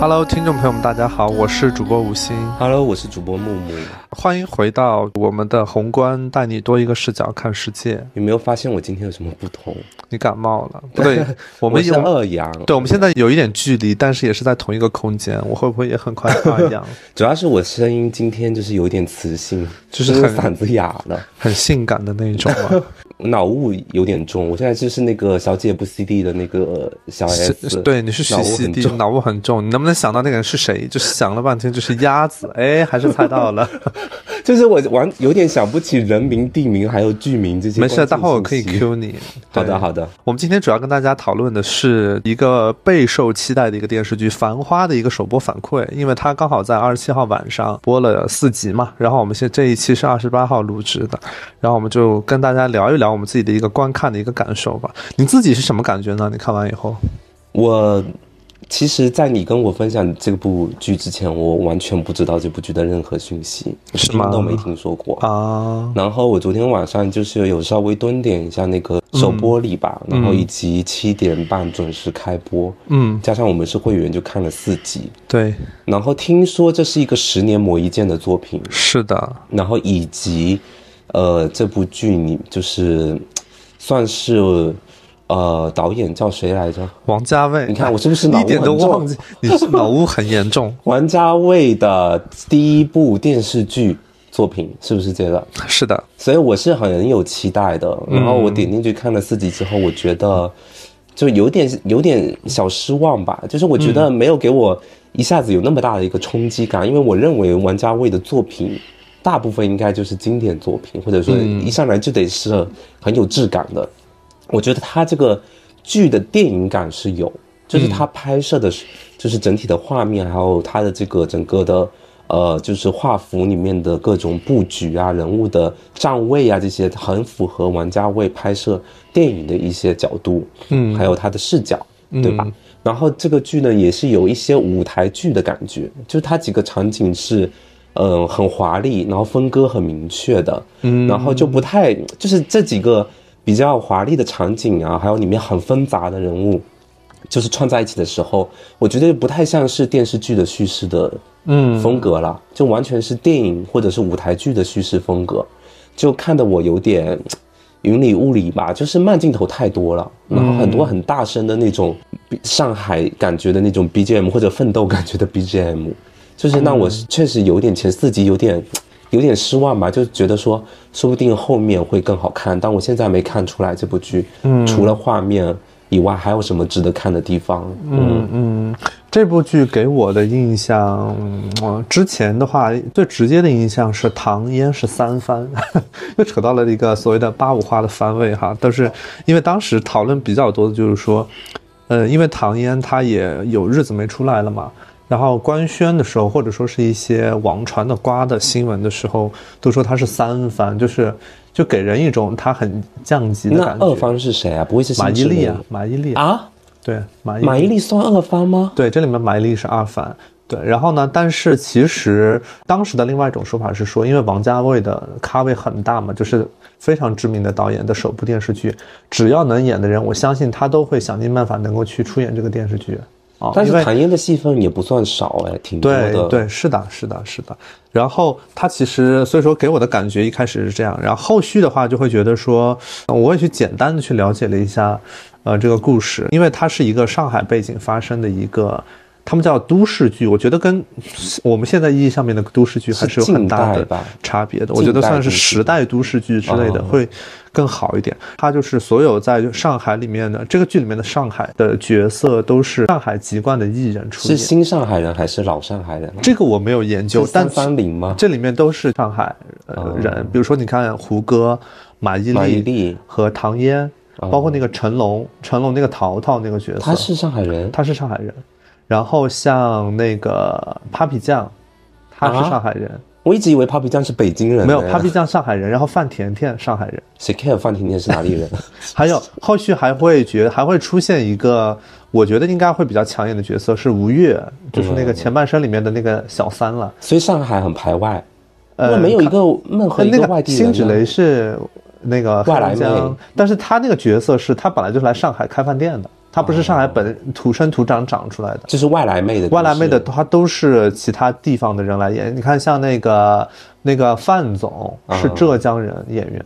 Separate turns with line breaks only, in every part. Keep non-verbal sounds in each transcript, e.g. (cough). Hello，听众朋友们，大家好，我是主播吴昕。
Hello，我是主播木木。
欢迎回到我们的宏观，带你多一个视角看世界。
有没有发现我今天有什么不同？
你感冒
(laughs)
了？不对，我们
是二阳。
对，我们现在有一点距离，但是也是在同一个空间。我会不会也很快发
(laughs)
痒？
主要是我声音今天就是有点磁性，
就是
我
很
嗓子哑了，
很性感的那种
(laughs)
啊。
脑雾有点重。我现在就是那个小姐不 CD 的那个呃小 S，
是对，你是
脑
学
雾
习
很
地，
重
脑雾很重。你能不能想到那个人是谁？就是想了半天，就是鸭子。哎，还是猜到
(laughs)
了。
就是我完有点想不起人名、地名还有剧名这些
没
关键信息。
事，啊待会儿我可以 Q 你。
好
对
的，好的。
我们今天主要跟大家讨论的是一个备受期待的一个电视剧《繁花》的一个首播反馈，因为它刚好在二十七号晚上播了四集嘛，然后我们现这一期是二十八号录制的，然后我们就跟大家聊一聊我们自己的一个观看的一个感受吧。你自己是什么感觉呢？你看完以后，
我其实，在你跟我分享这部剧之前，我完全不知道这部剧的任何讯息，我
是吗
听都没听说过。
啊，
然后我昨天晚上就是有稍微蹲点一下那个首播里吧，然后以及七点半准时开播，
嗯，
加上我们是会员，就看了四集。
对，
然后听说这是一个十年磨一剑的作品，
是的，
然后以及，呃，这部剧你就是算是，呃，导演叫谁来着？
王家卫，
你看我是不是脑雾
一点都
很重
忘记，你是脑雾很严重，
王家卫的第一部电视剧作品是不是这个？
是的，
所以我是很有期待的。然后我点进去看了四集之后，我觉得就有点有点小失望吧，就是我觉得没有给我一下子有那么大的一个冲击感，因为我认为王家卫的作品。大部分应该就是经典作品，或者说一上来就得是很有质感的。我觉得他这个剧的电影感是有，就是他拍摄的是，就是整体的画面，还有他的这个整个的，呃，就是画幅里面的各种布局啊、人物的站位啊这些，很符合王家卫拍摄电影的一些角度，嗯，还有他的视角，对吧？然后这个剧呢，也是有一些舞台剧的感觉，就是它几个场景是。嗯，很华丽，然后分割很明确的，嗯，然后就不太就是这几个比较华丽的场景啊，还有里面很纷杂的人物，就是串在一起的时候，我觉得不太像是电视剧的叙事的嗯风格了，就完全是电影或者是舞台剧的叙事风格，就看得我有点嘖云里雾里吧，就是慢镜头太多了，然后很多很大声的那种比上海感觉的那种 BGM 或者奋斗感觉的 BGM，就是
嗯
让我确实有点前四集有点。嘖有点失望吧，就觉得说，说不定后面会更好看，但我现在没看出来这部剧，嗯，除了画面以外，还有什么值得看的地方？嗯，
嗯，这部剧给我的印象，我之前的话最直接的印象是唐嫣是三番， (laughs) 又扯到了一个所谓的八五花的番位哈。但是因为当时讨论比较多的就是说，呃，因为唐嫣她也有日子没出来了嘛。然后官宣的时候，或者说是一些网传的瓜的新闻的时候，都说她是三番，就是就给人一种她很降级的
那
感
二
觉。
方是谁啊？不会是
马伊
辛芷
琍
蕾
啊，马伊琍，
啊？
对，马伊
马
琍
伊。琍算二方吗？
对，这里面埋力是二番。对，然后呢？但是其实当时的另外一种说法是说，因为王家卫的咖位很大嘛，就是非常知名的导演的首部电视剧，只要能演的人，我相信他都会想尽办法能够去出演这个电视剧啊。
但是
因为
唐嫣的戏份也不算少哎，挺多
对
的。，
对，是的，是的，是的。然后他其实，所以说给我的感觉一开始是这样，然后后续的话就会觉得说，呃我也去简单的去了解了一下，呃，这个故事，因为它是一个上海背景发生的一个。他们叫都市剧，我觉得跟我们现在意义上面的都市剧还是有很大
是近代
的
吧
差别的。我觉得算是
近代都市
时代都市剧之类的
哦
会更好一点。它就是所有在上海里面的这个剧里面的上海的角色都是上海籍贯的艺人出
是
演，
新上海人还是老上海人？
这个我没有研究，
是
但
三三零吗？
这里面都是上海呃人，比如说你看胡歌、马伊
马
琍
伊琍哦
和唐嫣，包括那个成龙，成龙那个淘淘那个角色，
他是上海人，
他是上海人，然后像那个 Papi 酱，他是
啊
上海人，
我一直以为 Papi 酱是北京人呢。
没有 Papi 酱上海人，然后范甜甜上海人，
谁 care 范甜甜是哪里
(laughs)
人？
还
(laughs)
有后续还会觉还会出现一个，我觉得应该会比较抢眼的角色是吴越，
嗯
就是那个前半生里面的那个小三了。
所以上海很排外，
呃
那没有一个任何一
那
个
个
外地人
辛
啊呢。
芷蕾是那个黑龙
外来
江
妹，
但是她那个角色是她本来就是来上海开饭店的，她她不是上海本土生土长长出来的。
就是外来妹的，
外来妹的，她都是其他地方的人来演。你看，像那个那个范总是浙江人演员，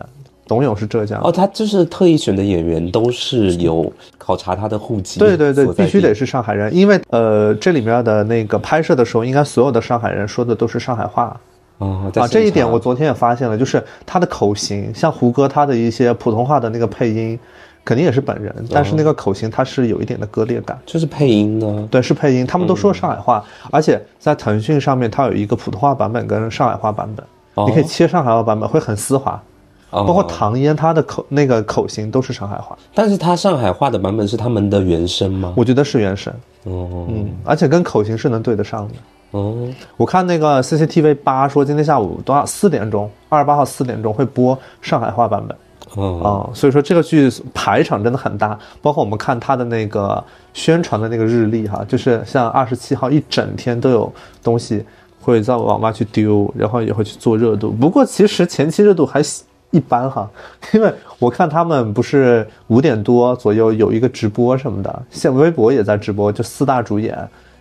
董永是浙江人。
啊哦，他就是特意选的演员，都是有考察他的户籍，
对对对，必须得。是上海人，因为呃，这里面的那个拍摄的时候，应该所有的上海人说的都是上海话
哦，在
啊。这一
现
点
场
我昨天也发现了，就是他的口型，像胡歌他的一些普通话的那个配音，肯定也是本人，但是那个口型他是有一点的割裂感。
就是配音呢，
对，是配音，他们都说上海话，而且在腾讯上面，它有一个普通话版本跟上海话版本，
哦
你可以切上海话版本，会很丝滑。
哦
包括唐嫣她的口那个口型都是上海话，
但是他上海话的版本是他们的原声吗？
我觉得是原声，
哦
嗯，而且跟口型是能对得上的。
哦，
我看那个 CCTV 八说今天下午多少四点钟，二十八号四点钟会播上海话版本
哦，
啊、所以说这个剧排场真的很大，包括我们看它的那个宣传的那个日历哈，就是像二十七号一整天都有东西会在往外去丢，然后也会去做热度。不过其实前期热度还行一般哈， (laughs) 因为我看他们不是五点多左右有一个直播什么的，现微博也在直播，就四大主演。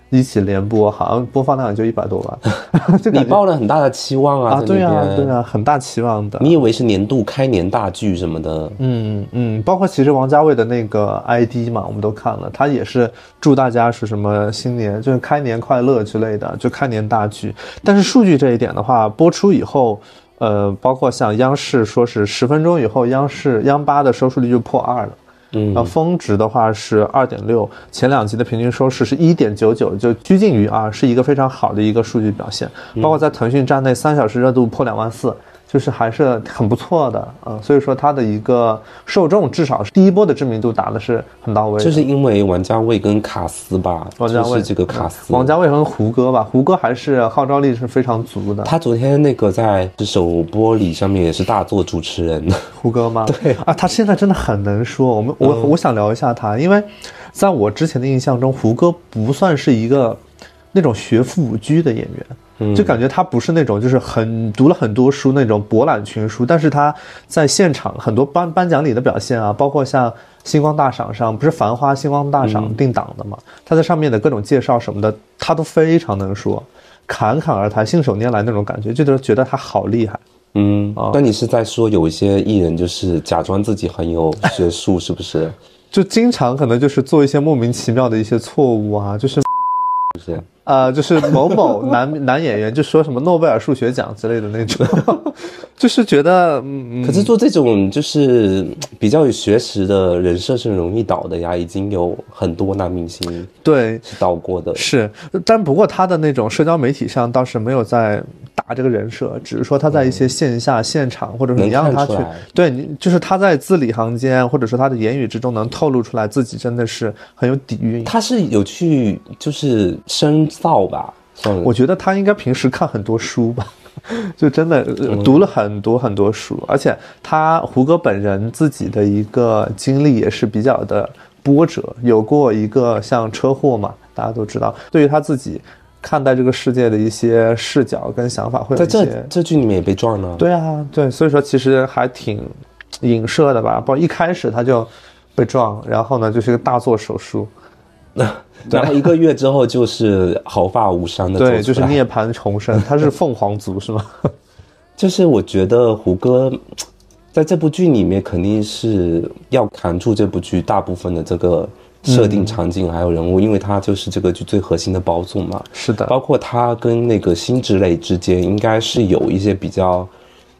一起联播，好像播放量也就一百多万， (laughs) 就
你
感觉
抱了很大的期望啊，
啊，
在
对
那
啊，
边
对啊，很大期望的。
你以为是年度开年大剧什么的，
嗯嗯，包括其实王家卫的那个 ID 嘛，我们都看了，他也是祝大家是什么新年，就是开年快乐之类的，就开年大剧。但是数据这一点的话，播出以后，呃，包括像央视说是十分钟以后，央视央八的收视率就破二了。
嗯
然后峰值的话是二点六，前两集的平均收视是一点九九，就趋近于二，是一个非常好的一个数据表现。
嗯
包括在腾讯站内三小时热度破两万四，就是还是很不错的啊、呃所以说它的一个受众至少是第一波的知名度打的是很到位的。
就是因为王家卫跟卡斯吧，
王家卫
就是这个卡斯，
王家卫和胡歌吧，胡歌还是号召力是非常足的。
他昨天那个在首播礼上面也是大做主持人， (laughs)
胡歌吗？对啊，他现在真的很能说。我们我、我想聊一下他，因为在我之前的印象中，胡歌不算是一个那种学富五车的演员。就感觉他不是那种，就是很读了很多书那种博览群书，但是他在现场很多颁颁奖礼的表现啊，包括像星光大赏上，不是《繁花》星光大赏定档的嘛，他在上面的各种介绍什么的，他都非常能说，侃侃而谈，信手拈来那种感觉，就觉得觉得他好厉害。
嗯，
哦
那、你是在说有一些艺人就是假装自己很有学术，是不是？ (laughs)
就经常可能就是做一些莫名其妙的一些错误啊， (laughs) 就是
不是，
呃，就是某某
(laughs)
男男演员就说什么诺贝尔数学奖之类的那种， (laughs) 就是觉得嗯嗯
可是做这种就是嗯比较有学识的人设是很容易倒的呀，已经有很多男明星
对。
是倒过的。
是，但不过他的那种社交媒体上倒是没有在打这个人设，只是说他在一些线下、现场，或者说你
能
让
看
他
出
去
来，
对你就是他在字里行间，或者说他的言语之中能透露出来自己真的是很有底蕴。
他是有去就是深造吧，算
我觉得他应该平时看很多书吧， (laughs) 就真的呃读了很多很多书，而且他胡歌本人自己的一个经历也是比较的波折，有过一个像车祸嘛，大家都知道，对于他自己看待这个世界的一些视角跟想法会有
在
一
这
些，
这剧里面也被撞了。，
对啊，对，所以说其实还挺影射的吧，包括一开始他就被撞，然后呢就是个大做手术，
然后一个月之后就是毫发无伤的走出来。
对，就是涅槃重生，他是凤凰族是吗？ (laughs)
就是我觉得胡歌在这部剧里面肯定是要扛住这部剧大部分的这个设
嗯
定场景还有人物，因为他就是这个剧最核心的包纵嘛。
是的，
包括他跟那个辛芷蕾之间，应该是有一些比较，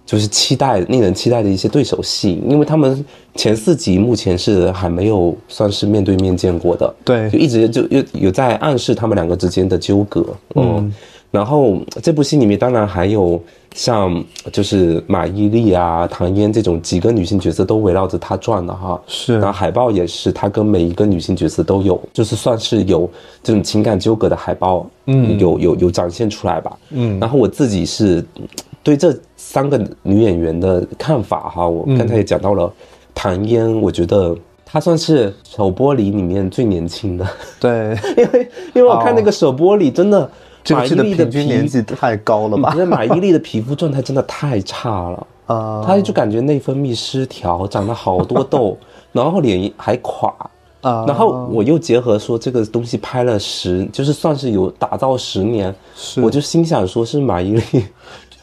就是期待令人期待的一些对手戏，因为他们前四集目前是还没有算是面对面见过的，
对
就一直就有有在暗示他们两个之间的纠葛，嗯。然后这部戏里面当然还有像就是马伊琍啊、唐嫣这种几个女性角色都围绕着她转的哈，
是
然后海报也是，她跟每一个女性角色都有，就是算是有这种情感纠葛的海报，嗯，有有有展现出来吧，嗯。然后我自己是嗯对这三个女演员的看法哈，我
嗯
刚才也讲到了，唐嫣，我觉得她算是首播里里面最年轻的，
对。
因为因为我看那个首播里真的。
哦这个
马伊
剧的平
琍
均
皮
年纪太高了吧
(laughs) 你？知道马伊琍的皮肤状态真的太差了，
啊、
(laughs) 她就感觉内分泌失调，长了好多痘，然后脸还垮，
哦啊
然后我又结合说这个东西拍了十，就是算是有打造十年，
是
我就心想说是马伊琍，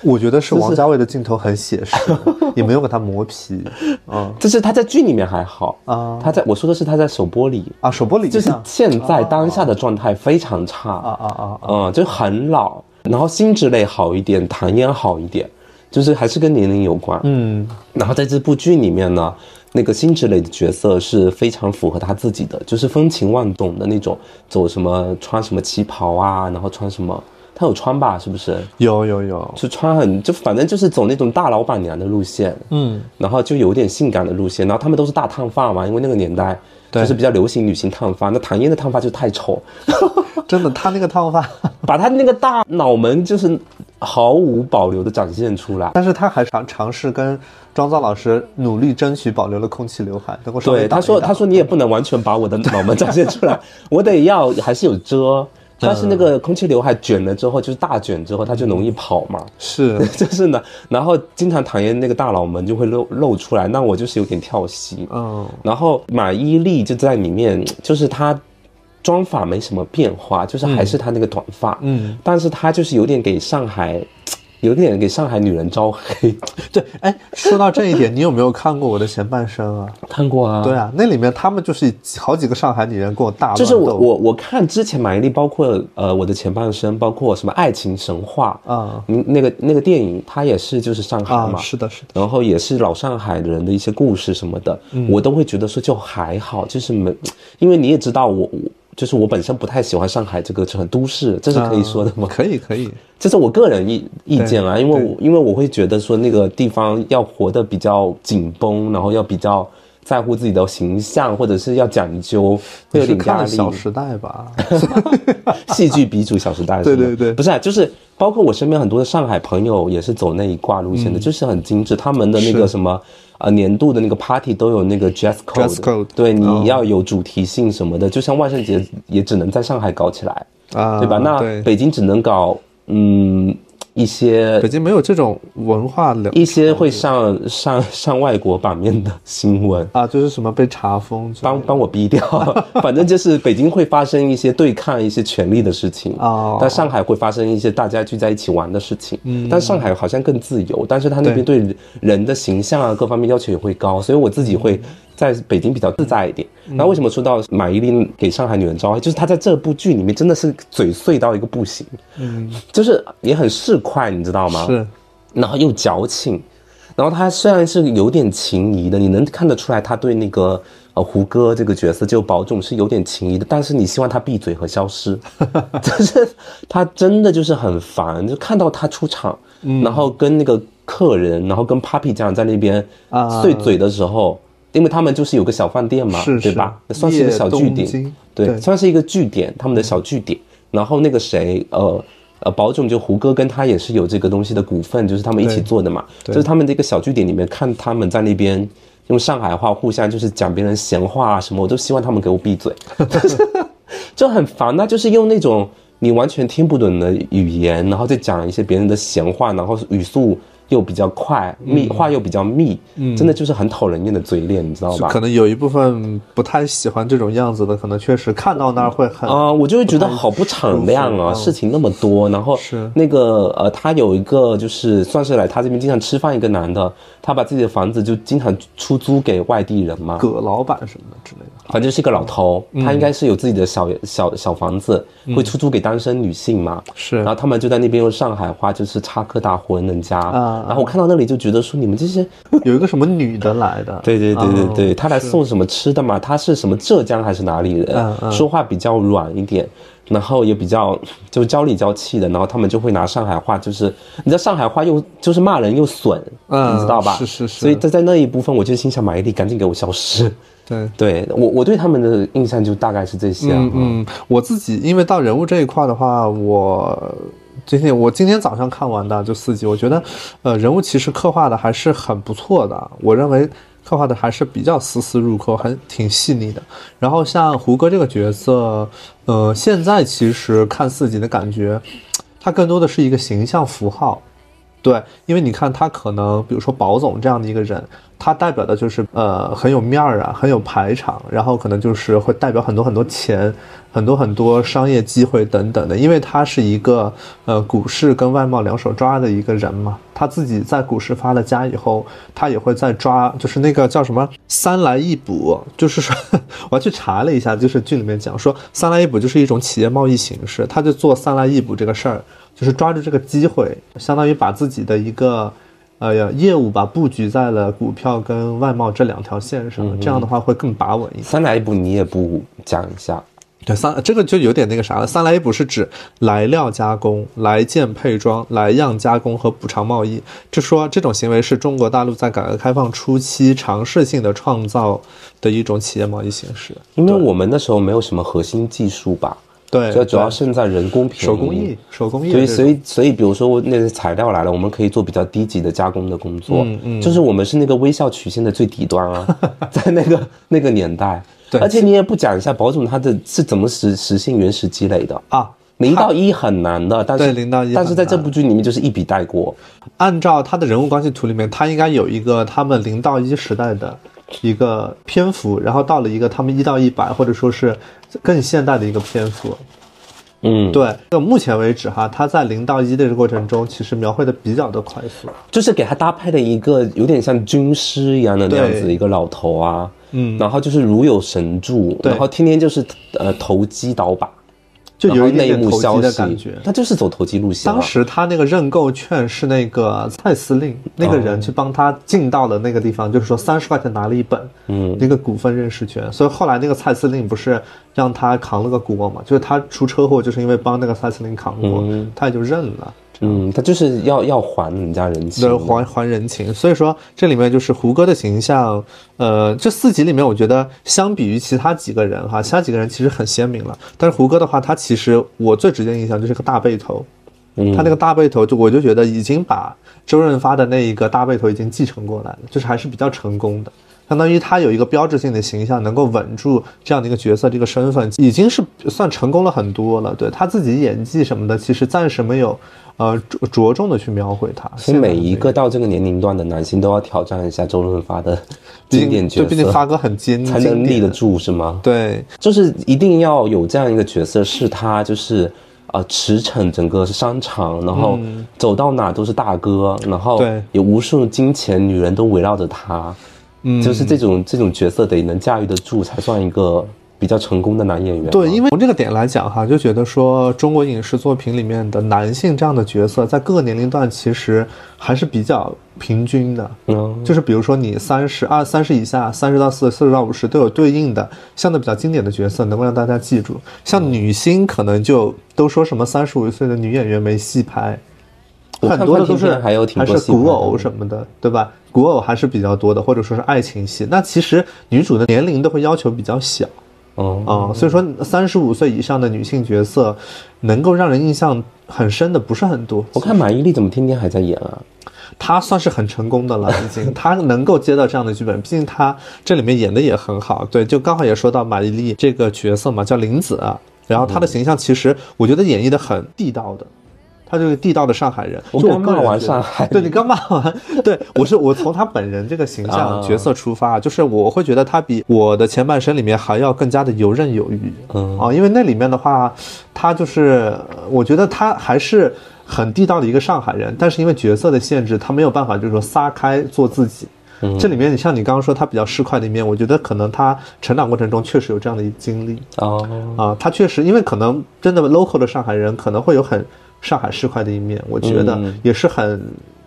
我觉得是王家卫的镜头很写
(laughs)
实，也没有给他磨皮，嗯
但是他在剧里面还好，
啊
他在我说的是他在首播里，
啊，手玻璃
就是
像
现在当下的状态非常差
啊，啊啊，
嗯，就很老，然后心智类好一点，唐嫣好一点，就是还是跟年龄有关。
嗯
然后在这部剧里面呢，那个心智类的角色是非常符合他自己的，就是风情万种的那种，走什么穿什么旗袍啊，然后穿什么，他有穿吧？是不是？
有有有，
就穿很就反正就是走那种大老板娘的路线，
嗯
然后就有点性感的路线，然后他们都是大烫发嘛，因为那个年代
对
就是比较流行女性烫发，那唐嫣的烫发就太丑，
真的，他那个烫发，
把她那个大脑门就是毫无保留的展现出来。
(laughs) 但是他还尝尝试跟妆造老师努力争取保留了空气刘海，能够稍微
对，
挡
他
一
说
挡
他说你也不能完全把我的脑门展现
(laughs)
出来，我得要还是有
嗯
遮。但是那个空气刘海卷了之后，就是大卷之后，它就容易跑嘛。
是
(laughs) 就是呢，然后经常唐嫣那个大脑门就会露露出来，那我就是有点跳戏。 (laughs)
嗯
然后马伊琍就在里面，就是她妆法没什么变化，就是还是她那个短发，
嗯
但是她就是有点给上海，有点给上海女人招黑。
对，哎，说到这一点，你有没有看过我的前半生啊？
看过啊，
对。啊，那里面他们就是好几个上海女人跟我大
就是
乱
我
斗
我我看之前马伊琍，包括呃我的前半生，包括什么爱情神话，
啊
嗯，那个那个电影，它也是就是上海
啊，
嘛，
是的，是的，
然后也是老上海人的一些故事什么的，
嗯
我都会觉得说就还好，就是没，因为你也知道我我就是我本身不太喜欢上海这个城都市，这是
啊
可以说的吗？
嗯可以可以，
这是我个人意意见啊，因为我因为我会觉得说那个地方要活得比较紧绷，然后要比较在乎自己的形象，或者是要讲究，会
你
有
是
点
看
压
了《
力。
小时代》
(laughs)
吧？ (laughs)
戏剧鼻祖《小时代》是吗
对对对
不是、啊，就是包括我身边很多的上海朋友也是走那一挂路
嗯
线的，就是很精致。他们的那个什么呃年度的那个 party 都有那个 dress code，,
Dress code 哦
对，你要有主题性什么的，就像万圣节也只能在上海搞起来，
啊，
对吧？那
对
北京只能搞嗯一些
北京没有这种文化了
一些会上上上外国版面的新闻。
啊，就是什么被查封之类
帮帮我逼掉， (laughs) 反正就是北京会发生一些对抗一些权力的事情
哦
但上海会发生一些大家聚在一起玩的事情。嗯，但上海好像更自由，但是他那边对人的形象啊各方面要求也会高，所以我自己会在北京比较自在一点。那为什么说到马伊琍给上海女人招黑，就是她在这部剧里面真的是嘴碎到一个不行，嗯，就是也很市侩，你知道吗？
的，是
然后又矫情，然后他虽然是有点情谊的，你能看得出来他对那个呃胡歌这个角色就保总是有点情谊的，但是你希望他闭嘴和
(laughs)
消失，就是他真的就是很烦，就看到他出场，
嗯
然后跟那个客人，然后跟 Papi 酱在那边
啊
碎嘴的时候。因为他们就是有个小饭店嘛，
是是
对吧？算是一个小据
夜东
点，
京对
对，算是一个据点，他们的小据点。然后那个谁，呃呃，保总就胡歌跟他也是有这个东西的股份，就是他们一起
对
做的嘛。
对
就是他们这个小据点里面，看他们在那边用上海话互相就是讲别人闲话啊什么，我都希望他们给我闭嘴，就很烦。那就是用那种你完全听不懂的语言，然后再讲一些别人的闲话，然后语速。又比较快，密话又比较密，真的就是很讨人厌的嘴脸，你知道吧？
可能有一部分不太喜欢这种样子的，可能确实看到那儿会很
啊、我就会觉得好不敞亮
不太
啊，
舒服嗯
事情那么多，然后
是
那个呃，他有一个就是算是来他这边经常吃饭一个男的，他把自己的房子就经常出租给外地人嘛，
葛老板什么的之类的。
反正是一个老头，
嗯
他应该是有自己的小小小房子，会出租给单身女性嘛，
是
然后他们就在那边用上海话就是插科打诨人家，
啊
然后我看到那里就觉得说你们这些
有一个什么女的来的，
对对对对对，
哦
他来送什么吃的嘛？他是什么浙江还是哪里人
嗯？嗯
说话比较软一点，然后也比较就娇里娇气的，然后他们就会拿上海话，就是你知道上海话又就是骂人又损，
嗯
你知道吧？
是是是
所以在在那一部分，我就心想马伊琍赶紧给我消失。 (laughs)
对。
对我我对他们的印象就大概是这些啊。
嗯嗯，我自己因为到人物这一块的话，我今天我今天早上看完的就四集，我觉得，呃，人物其实刻画的还是很不错的，我认为刻画的还是比较丝丝入扣，很挺细腻的。然后像胡歌这个角色，呃，现在其实看四集的感觉，他更多的是一个形象符号。对，因为你看他可能，比如说宝总这样的一个人，他代表的就是呃很有面儿啊，很有排场，然后可能就是会代表很多很多钱，很多很多商业机会等等的，因为他是一个呃股市跟外贸两手抓的一个人嘛，他自己在股市发了家以后，他也会在抓，就是那个叫什么“三来一补”，就是说 (laughs) 我还去查了一下，就是剧里面讲说“三来一补”就是一种企业贸易形式，他就做“三来一补”这个事儿。就是抓住这个机会，相当于把自己的一个呃业务吧布局在了股票跟外贸这两条线上，这样的话会更把稳一些。
三来一步你也不讲一下，
对，三这个就有点那个啥了。三来一补是指来料加工、来件配装、来样加工和补偿贸易。就说这种行为是中国大陆在改革开放初期尝试性的创造的一种企业贸易形式。
因为我们那时候没有什么核心技术吧，
对，
主要主要
对
胜在人工便宜
手工艺，手工艺
所
这
以，
种，
所以，所以，比如说那些材料来啊了，我们可以做比较低级的加工的工作，
嗯嗯
就是我们是那个微笑曲线的最底端
(laughs)
啊，在那个那个年代，
对
而且你也不讲一下宝总他的是怎么实实现原始积累的，
啊，
零到一很难的，但是
对0到1
但是在
很
这
难
部剧里面就是一笔带过，
按照他的人物关系图里面，他应该有一个他们零到一时代的一个篇幅，然后到了一个他们一到一百，或者说是更现代的一个篇幅。
嗯，
对，到目前为止哈，他在零到一的这个过程中，其实描绘的比较的快速。
就是给他搭配了一个有点像军师一样的那样子
对
的一个老头啊，
嗯，
然后就是如有神助，
对
然后天天就是呃投机倒把，
就有一
然后
点
内
点
幕
投
消
机的
息
感觉。
他就是走投机路线啊。
当时他那个认购券是那个蔡司令那个人去帮他进到了那个地方，就是说三十块钱拿了一本，嗯，那个股份认识权。所以后来那个蔡司令不是让他扛了个锅嘛，就是他出车祸就是因为帮那个蔡司令扛锅，他也就认了。
嗯，他就是要要还人家人情
对，
嘛，
还还人情。所以说这里面就是胡歌的形象，呃，这四集里面，我觉得相比于其他几个人哈，其他几个人其实很鲜明了。但是胡歌的话，他其实我最直接印象就是个大背头，
嗯
他那个大背头就我就觉得已经把周润发的那一个大背头已经继承过来了，就是还是比较成功的。相当于他有一个标志性的形象，能够稳住这样的一个角色，这个身份已经是算成功了很多了。对他自己演技什么的，其实暂时没有，呃，着着重的去描绘他。
所
现
以
在
每一个到这个年龄段的男性都要挑战一下周润发的
毕
经
竟
典角
对，毕竟
色，
发哥很坚
才能立得。
经典
住是吗？
对，
就是一定要有这样一个角色，是他就是呃驰骋整个商场，然后走到哪都是大哥，然
嗯
后
对
有无数金钱女人都围绕着他，
嗯
就是这种这种角色得能驾驭得住，才算一个比较成功的男演员。啊
对，，因为从这个点来讲哈，就觉得说中国影视作品里面的男性这样的角色，在各个年龄段其实还是比较平均的。
嗯，
就是比如说你三十二、三十以下、三十到四十、四十到五十都有对应的相对比较经典的角色，能够让大家记住。像
嗯
女星可能就都说什么三十五岁的女演员没戏拍，
我看
很多的都
范冰
是
冰还有挺多
是
戏拍
古
的嗯
偶什么的，对吧？古偶还是比较多的，或者说是爱情戏。那其实女主的年龄都会要求比较小
哦、
啊、所以说三十五岁以上的女性角色，能够让人印象很深的不是很多。
我看马伊琍怎么天天还在演啊？
她算是很成功的了，已经，她能够接到这样的剧本，毕竟她这里面演的也很好。对，就刚好也说到马伊琍这个角色嘛，叫林子啊，然后她的形象其实我觉得演绎的很地道的。她就是地道的上海人，
我
就
刚
个人
骂完
觉得
上海
对你刚骂完，对我是我从她本人这个形象
啊
角色出发，就是我会觉得她比我的前半生里面还要更加的游刃有余，
嗯
啊，因为那里面的话，他就是我觉得他还是很地道的一个上海人，但是因为角色的限制，他没有办法就是说撒开做自己。
嗯
这里面你像你刚刚说他比较市侩的一面，我觉得可能他成长过程中确实有这样的一经历
哦，
啊，他确实因为可能真的 local 的上海人可能会有很上海市侩的一面，我觉得
嗯
也是很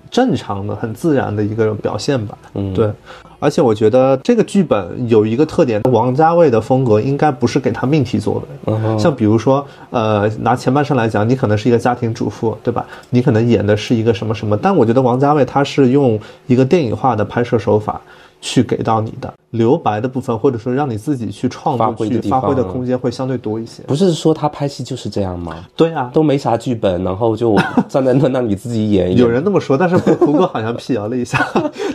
正常的、很自然的一个表现吧。
嗯，
对，而且我觉得这个剧本有一个特点，王家卫的风格应该不是给他命题作文。
嗯哼
像比如说，呃，拿前半生来讲，你可能是一个家庭主妇，对吧？你可能演的是一个什么什么，但我觉得王家卫他是用一个电影化的拍摄手法。去给到你的留白的部分，或者说让你自己去创
发
作、
挥
去
的地
发挥的
方
空间会相对多一些。
不是说他拍戏就是这样吗？
对啊，
都没啥剧本，然
(laughs)
后就站在那那里自己演一演。
有人那么说，但是胡胡歌好像辟谣了一
(laughs)
下。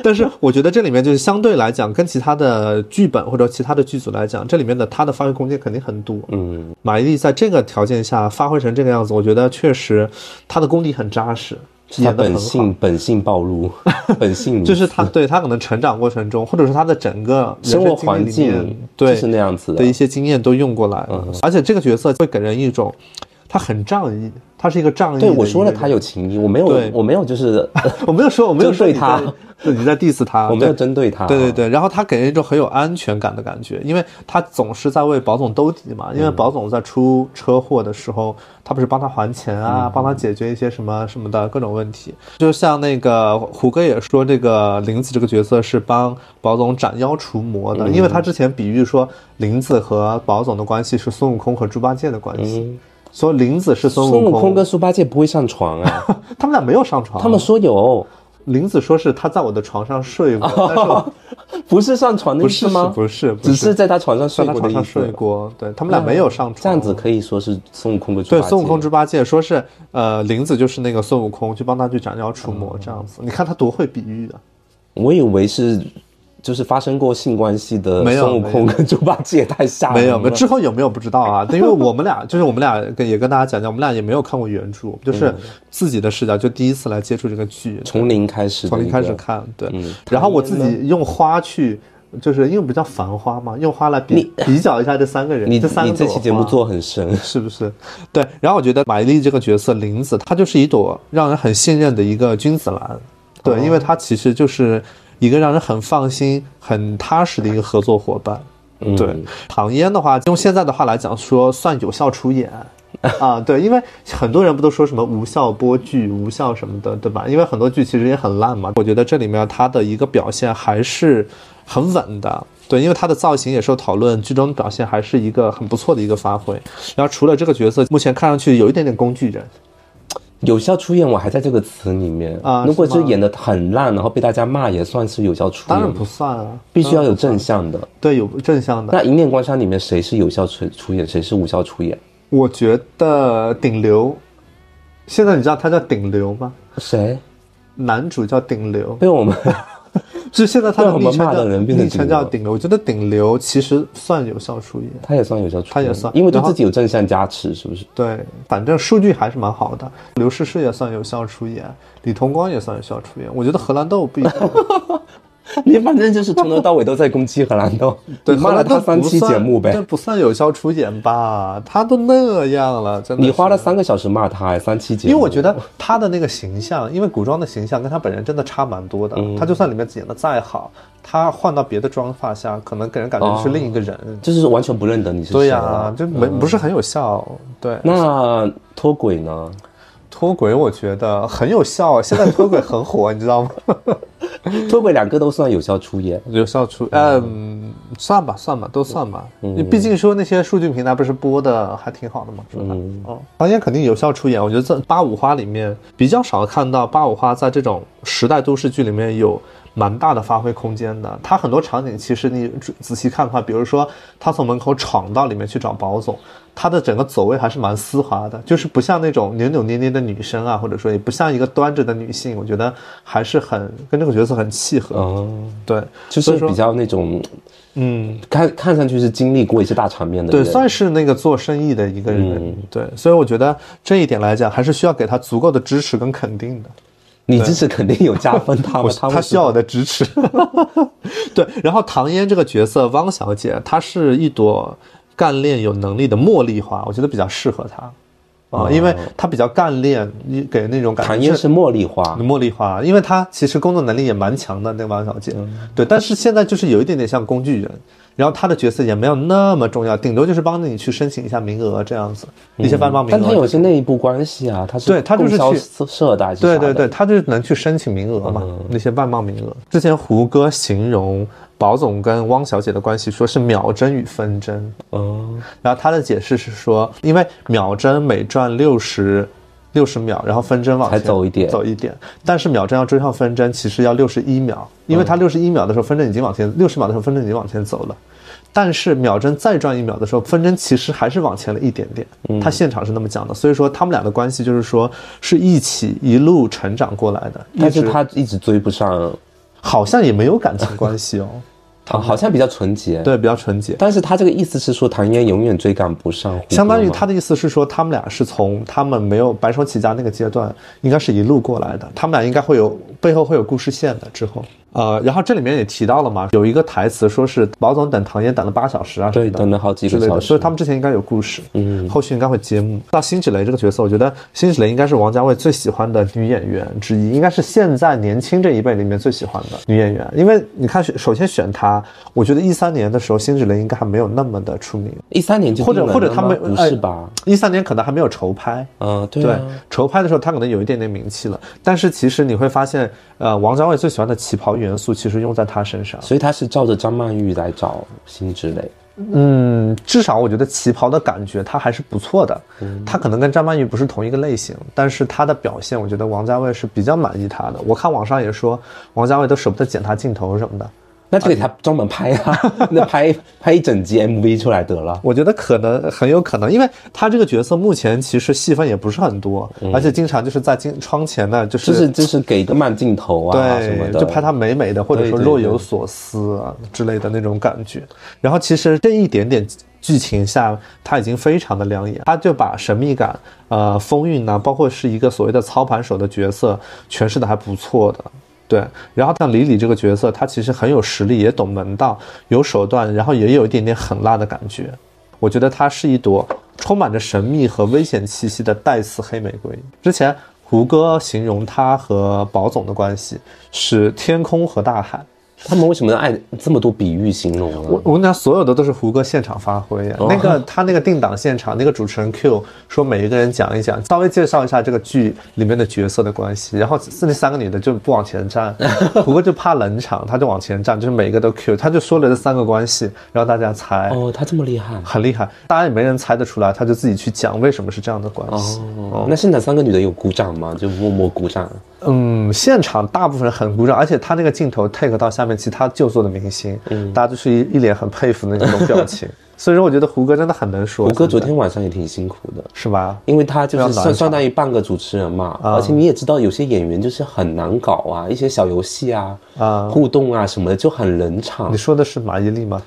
但是我觉得这里面就是相对来讲，跟其他的剧本或者其他的剧组来讲，这里面的他的发挥空间肯定很多。
嗯，
马伊琍在这个条件下发挥成这个样子，我觉得确实她的功底很扎实。
是他
演得很
本
好
性本性
(laughs)
暴露，本性如此
就是他
(laughs)
对他可能成长过程中，或者是他的整个人
生活
生经历
环
里
境
面
就
对
是那样子
的一
的，嗯
些经验都用过来了，而且这个角色会给人一种他很仗义，他是一个仗义。
对我说了，他，有情谊，我没有
对
我没有就是
(laughs) 我没有说，我没有说
针对
你
他
在， (laughs) 对你在 diss 他，
我没有
对
针对他，
对对对，然后他给人一种很有安全感的感觉，因为他总是在为保总兜底嘛。因为
嗯
保总在出车祸的时候，他不是帮他还钱
嗯
啊，帮他解决一些什么什么的各种问题。就像那个胡歌也说，这个林子这个角色是帮保总斩妖除魔
嗯
的，因为他之前比喻说林子和保总的关系是孙悟空和猪八戒的关系，说林子是孙
嗯孙
悟
悟
空
空，跟猪八戒不会上
(laughs)
床啊，
他们俩没有上床，
他们说有，
林子说是他在我的床上睡过，但是我
不哦是上床的
不
意
是
思吗？
不是，不
只是在他床上
在
睡
他
过的
床上
意
睡
思。嗯
过，对他们俩没有上
这
床，
样子可以说是孙悟空跟猪八
对
戒。
孙悟空、猪八戒说是呃林子就是那个孙悟空去帮他去斩妖除
嗯
魔这样子，你看他多会比喻啊！
我以为是就是发生过性关系的
没有
孙悟空跟猪八戒，太吓人
没有，
了
没有之后有没有不知道
(laughs)
啊？因为我们俩就是我们俩跟也跟大家讲讲，我们俩也没有看过原著，
嗯
就是自己的视角，就第一次来接触这个剧，
从零开始，
从零开始，看，对。
嗯
然后我自己用花去，就是因为我们叫繁花嘛，用花来比比较一下这三个人，
你
这三
你
个
这期节目做很深，
是不是？对，然后我觉得玛丽这个角色林子，她就是一朵让人很信任的一个君子兰，对，因为她其实就是一个让人很放心、很踏实的一个合作伙伴。对，唐嫣的话，用现在的话来讲说，算有效出演。 (laughs) 啊，对，因为很多人不都说什么无效播剧、无效什么的，对吧？因为很多剧其实也很烂嘛。我觉得这里面她的一个表现还是很稳的，对，因为她的造型也受讨论，剧中表现还是一个很不错的一个发挥。然后除了这个角色，目前看上去有一点点工具人，
有效出演我还在这个词里面
啊
如果
是
就
吗
演的很烂，然后被大家骂，也算是有效出
当然
演。
不算啊。
必须要有正向的。
对，有正向的。
那《一念关山》里面谁是有效出出演，谁是无效出演？
我觉得顶流，现在你知道他叫顶流吗？
谁
男主叫顶流，
被我们 (laughs)
就是现在他
被
的
我
昵
们
称
骂
叫
的人变成
昵称
顶流，
叫顶流。我觉得顶流其实算有效出演
他也算有效出演，
他也算
因为对
然后
自己有正向加持，是不是？ (laughs)
对，反正数据还是蛮好的。刘诗诗也算有效出演，李同光也算有效出演。我觉得荷兰豆
(laughs)
不一定，
你反正就是从头到尾都在攻击荷兰豆，
对，
你骂了
荷兰豆
他三
不
期
算
节目
这
呗。
不算有效出演吧？他都那样了，真的是。
你花了三个小时骂他，哎三期节目。
因为我觉得他的那个形象，因为古装的形象跟他本人真的差蛮多的。
嗯
他就算里面演的再好，他换到别的妆发下，可能给人感觉是另一个人。
就是完全不认得哦你是嗯
对
谁
呀、
啊了。
就没、不是很有效。对，
那脱轨
(laughs)
呢？
脱轨我觉得很有效，现在脱轨很火，你知道吗？
脱轨两个都算有效出演，
有效出，嗯，算吧算吧，都算吧。你毕竟说那些数据平台不是播的还挺好的嘛，是吧？哦，唐嫣肯定有效出演，我觉得在八五花里面比较少看到八五花在这种时代都市剧里面有蛮大的发挥空间的。它很多场景其实你仔仔细看的话，比如说他从门口闯到里面去找保总。她的整个走位还是蛮丝滑的，就是不像那种扭扭捏捏的女生啊，或者说也不像一个端着的女性，我觉得还是很跟这个角色很契合。
哦，
对，
就是比较那种，嗯，看看上去是经历过一些大场面的
对，
人。嗯
算是那个做生意的一个人，对，所以我觉得这一点来讲，还是需要给他足够的支持跟肯定的。
你支持肯定有加分，
(laughs)
他们啊他
他
们
需要我的支持。 (laughs) 对，然后唐嫣这个角色，汪小姐，她是一朵干练有能力的茉莉花，我觉得比较适合她啊、因为她比较干练，你给人那种感觉。
唐嫣是茉莉花，
啊茉莉花，因为她其实工作能力也蛮强的，那个王小姐，
嗯
对，但是现在就是有一点点像工具人，然后她的角色也没有那么重要，顶多就是帮你去申请一下名额这样子，一些翻帮名额。
嗯但他有些内部关系啊，他是
对他就是去
供销社的还是啥
对
的，嗯
对对，他就是能去申请名额嘛，那些外贸名额。之前胡歌形容保总跟汪小姐的关系，说是秒针与分针，
哦，
然后他的解释是说，因为秒针每转六十六十秒，然后分针往前
才走一点
走一点，但是秒针要追上分针，其实要六十一秒，因为
嗯
它六十一秒的时候分针已经往前，六十秒的时候分针已经往前走了。但是秒针再转一秒的时候，分针其实还是往前了一点点。
嗯
他现场是那么讲的，所以说他们俩的关系就是说是一起一路成长过来的，一
但是
直
他一直追不上， (laughs)
好像也没有感情关系哦。
啊，好像比较纯洁。
对，比较纯洁。
但是他这个意思是说，唐嫣永远追赶不上胡歌吗，
相当于他的意思是说，他们俩是从他们没有白手起家那个阶段，应该是一路过来的。他们俩应该会有背后会有故事线的。之后，呃，然后这里面也提到了嘛，有一个台词说是宝总等唐嫣等了八小时啊什么
对
的，
等了好几
之
个
类
小
的，所
时
以。他们之前应该有故事，
嗯
后续应该会揭幕。到辛芷蕾这个角色，我觉得辛芷蕾应该是王家卫最喜欢的女演员之一，应该是现在年轻这一辈里面最喜欢的女演员。因为你看，首先选她，我觉得一三年的时候，辛芷蕾应该还没有那么的出名，
一三年就
或者
定了
或者
了
他
吗
们哎
不是吧？？
一三年可能还没有筹拍，
嗯，对
对
啊，
筹拍的时候他可能有一点点名气了，但是其实你会发现，呃，王家卫最喜欢的旗袍元素其实用在她身上。
所以他是照着张曼玉来找辛芷蕾。
嗯，至少我觉得旗袍的感觉它还是不错的。
嗯
它可能跟张曼玉不是同一个类型，但是她的表现，我觉得王家卫是比较满意她的。我看网上也说，王家卫都舍不得剪她镜头什么的。
那就给他专门拍
(laughs)
啊，那拍拍一整集 MV 出来得了。
我觉得可能很有可能，因为她这个角色目前其实戏份也不是很多，而且经常就是在镜窗前呢，就是、
嗯就是就是给个慢镜头啊什么
对，
的，
就拍她美美的，或者
对
说
对
若
对
有所思啊之类的那种感觉。然后其实这一点点剧情下，她已经非常的亮眼，她就把神秘感、呃风韵呐、包括是一个所谓的操盘手的角色，诠释的还不错的。对，然后像李李这个角色，她其实很有实力，也懂门道，有手段，然后也有一点点狠辣的感觉。我觉得它是一朵充满着神秘和危险气息的带刺黑玫瑰。之前胡歌形容他和宝总的关系是天空和大海。
他们为什么爱这么多比喻形容呢？
我我跟你讲，所有的都是胡歌现场发挥呀、
哦
那个他那个定档现场，那个主持人 Q 说每一个人讲一讲，稍微介绍一下这个剧里面的角色的关系，然后那三个女的就不往前站，胡歌就怕冷场，他就往前站，就是每一个都 Q，他就说了这三个关系，让大家猜。
哦，他这么厉害
很厉害，大家也没人猜得出来，他就自己去讲为什么是这样的关系。
哦，那现场三个女的有鼓掌吗？就默默鼓掌。
嗯，现场大部分人很鼓掌，而且他那个镜头 take 到下面其他就座的明星，大家就是一一脸很佩服的那种表 (laughs) 情。所以说，我觉得胡歌真的很能说。
胡歌
真
昨
的
天晚上也挺辛苦的，
是吧？
因为他就
非常
是
难啊
算
找
相当于半个主持人嘛，而且你也知道，有些演员就是很难搞啊，一些小游戏啊、
啊
互动啊什么的就很冷场
你。说的是马伊琍吗？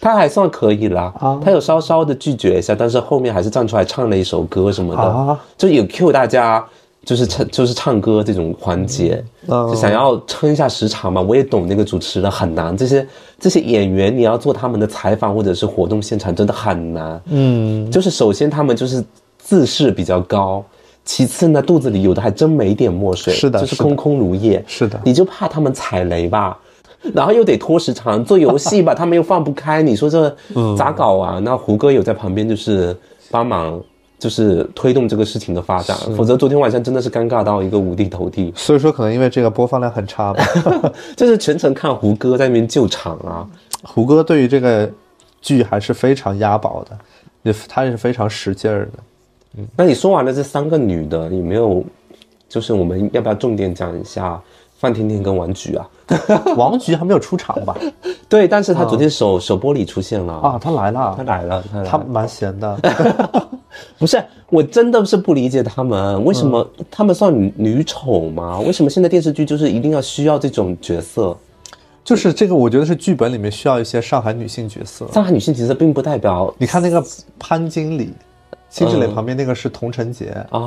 他还算可以啦，
啊
他有稍稍的拒绝一下，但是后面还是站出来唱了一首歌什么的，
啊
就有 cue 大家。就是唱就是唱歌这种环节，
嗯
就想要撑一下时长嘛。我也懂那个主持人很难，这些这些演员你要做他们的采访或者是活动现场真的很难。
嗯，
就是首先他们就是自视比较高，其次呢肚子里有的还真没一点墨水，
是的
就是
是的
空空如也。
是的
你就怕他们踩雷吧，然后又得拖时长做
(laughs)
游戏吧，他们又放不开，你说这咋搞啊？
嗯
那胡歌有在旁边就是帮忙。就是推动这个事情的发展，否则昨天晚上真的是尴尬到一个五体投地。
所以说可能因为这个播放量很差吧。 (laughs)
就是全程看胡歌在那边救场啊，
胡歌对于这个剧还是非常押宝的，也他也是非常使劲儿的。 (laughs)
那你说完了这三个女的，有没有就是我们要不要重点讲一下范甜甜跟王菊啊？
王菊还没有出场吧？
对，但是她昨天首、首播里出现了
啊，，她来
她
了，
来了，她来
她
了。
蛮闲的。
不是，我真的是不理解他们，为什么、
嗯
他们算女女丑吗？为什么现在电视剧就是一定要需要这种角色？
就是这个，我觉得是剧本里面需要一些上海女性角色。
上海女性角色并不代表
你看那个潘经理，辛芷蕾
嗯
旁边那个是童晨洁
啊、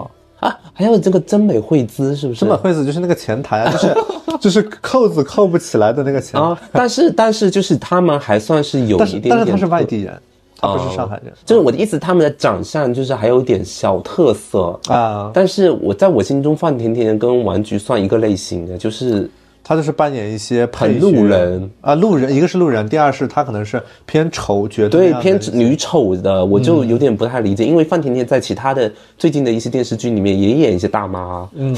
啊，
啊，还有这个真美惠姿是不是？
真本惠子就是那个前台啊，就是 (laughs) 就是扣子扣不起来的那个前台，
啊，但是但是就是他们还算是有
但
一
是
点点，哦
但是他是外地人，他不是上海人
就是我的意思，他们的长相就是还有点小特色。
啊，
但是我在我心中，范甜甜跟王菊算一个类型的，就是
他就是扮演一些配
很路
角
人
啊，路人，一个是路人，第二是他可能是偏丑角的那
对
样的嗯
偏
人
女丑的，我就有点不太理解，因为范甜甜在其他的最近的一些电视剧里面也演一些大妈， (laughs) 嗯，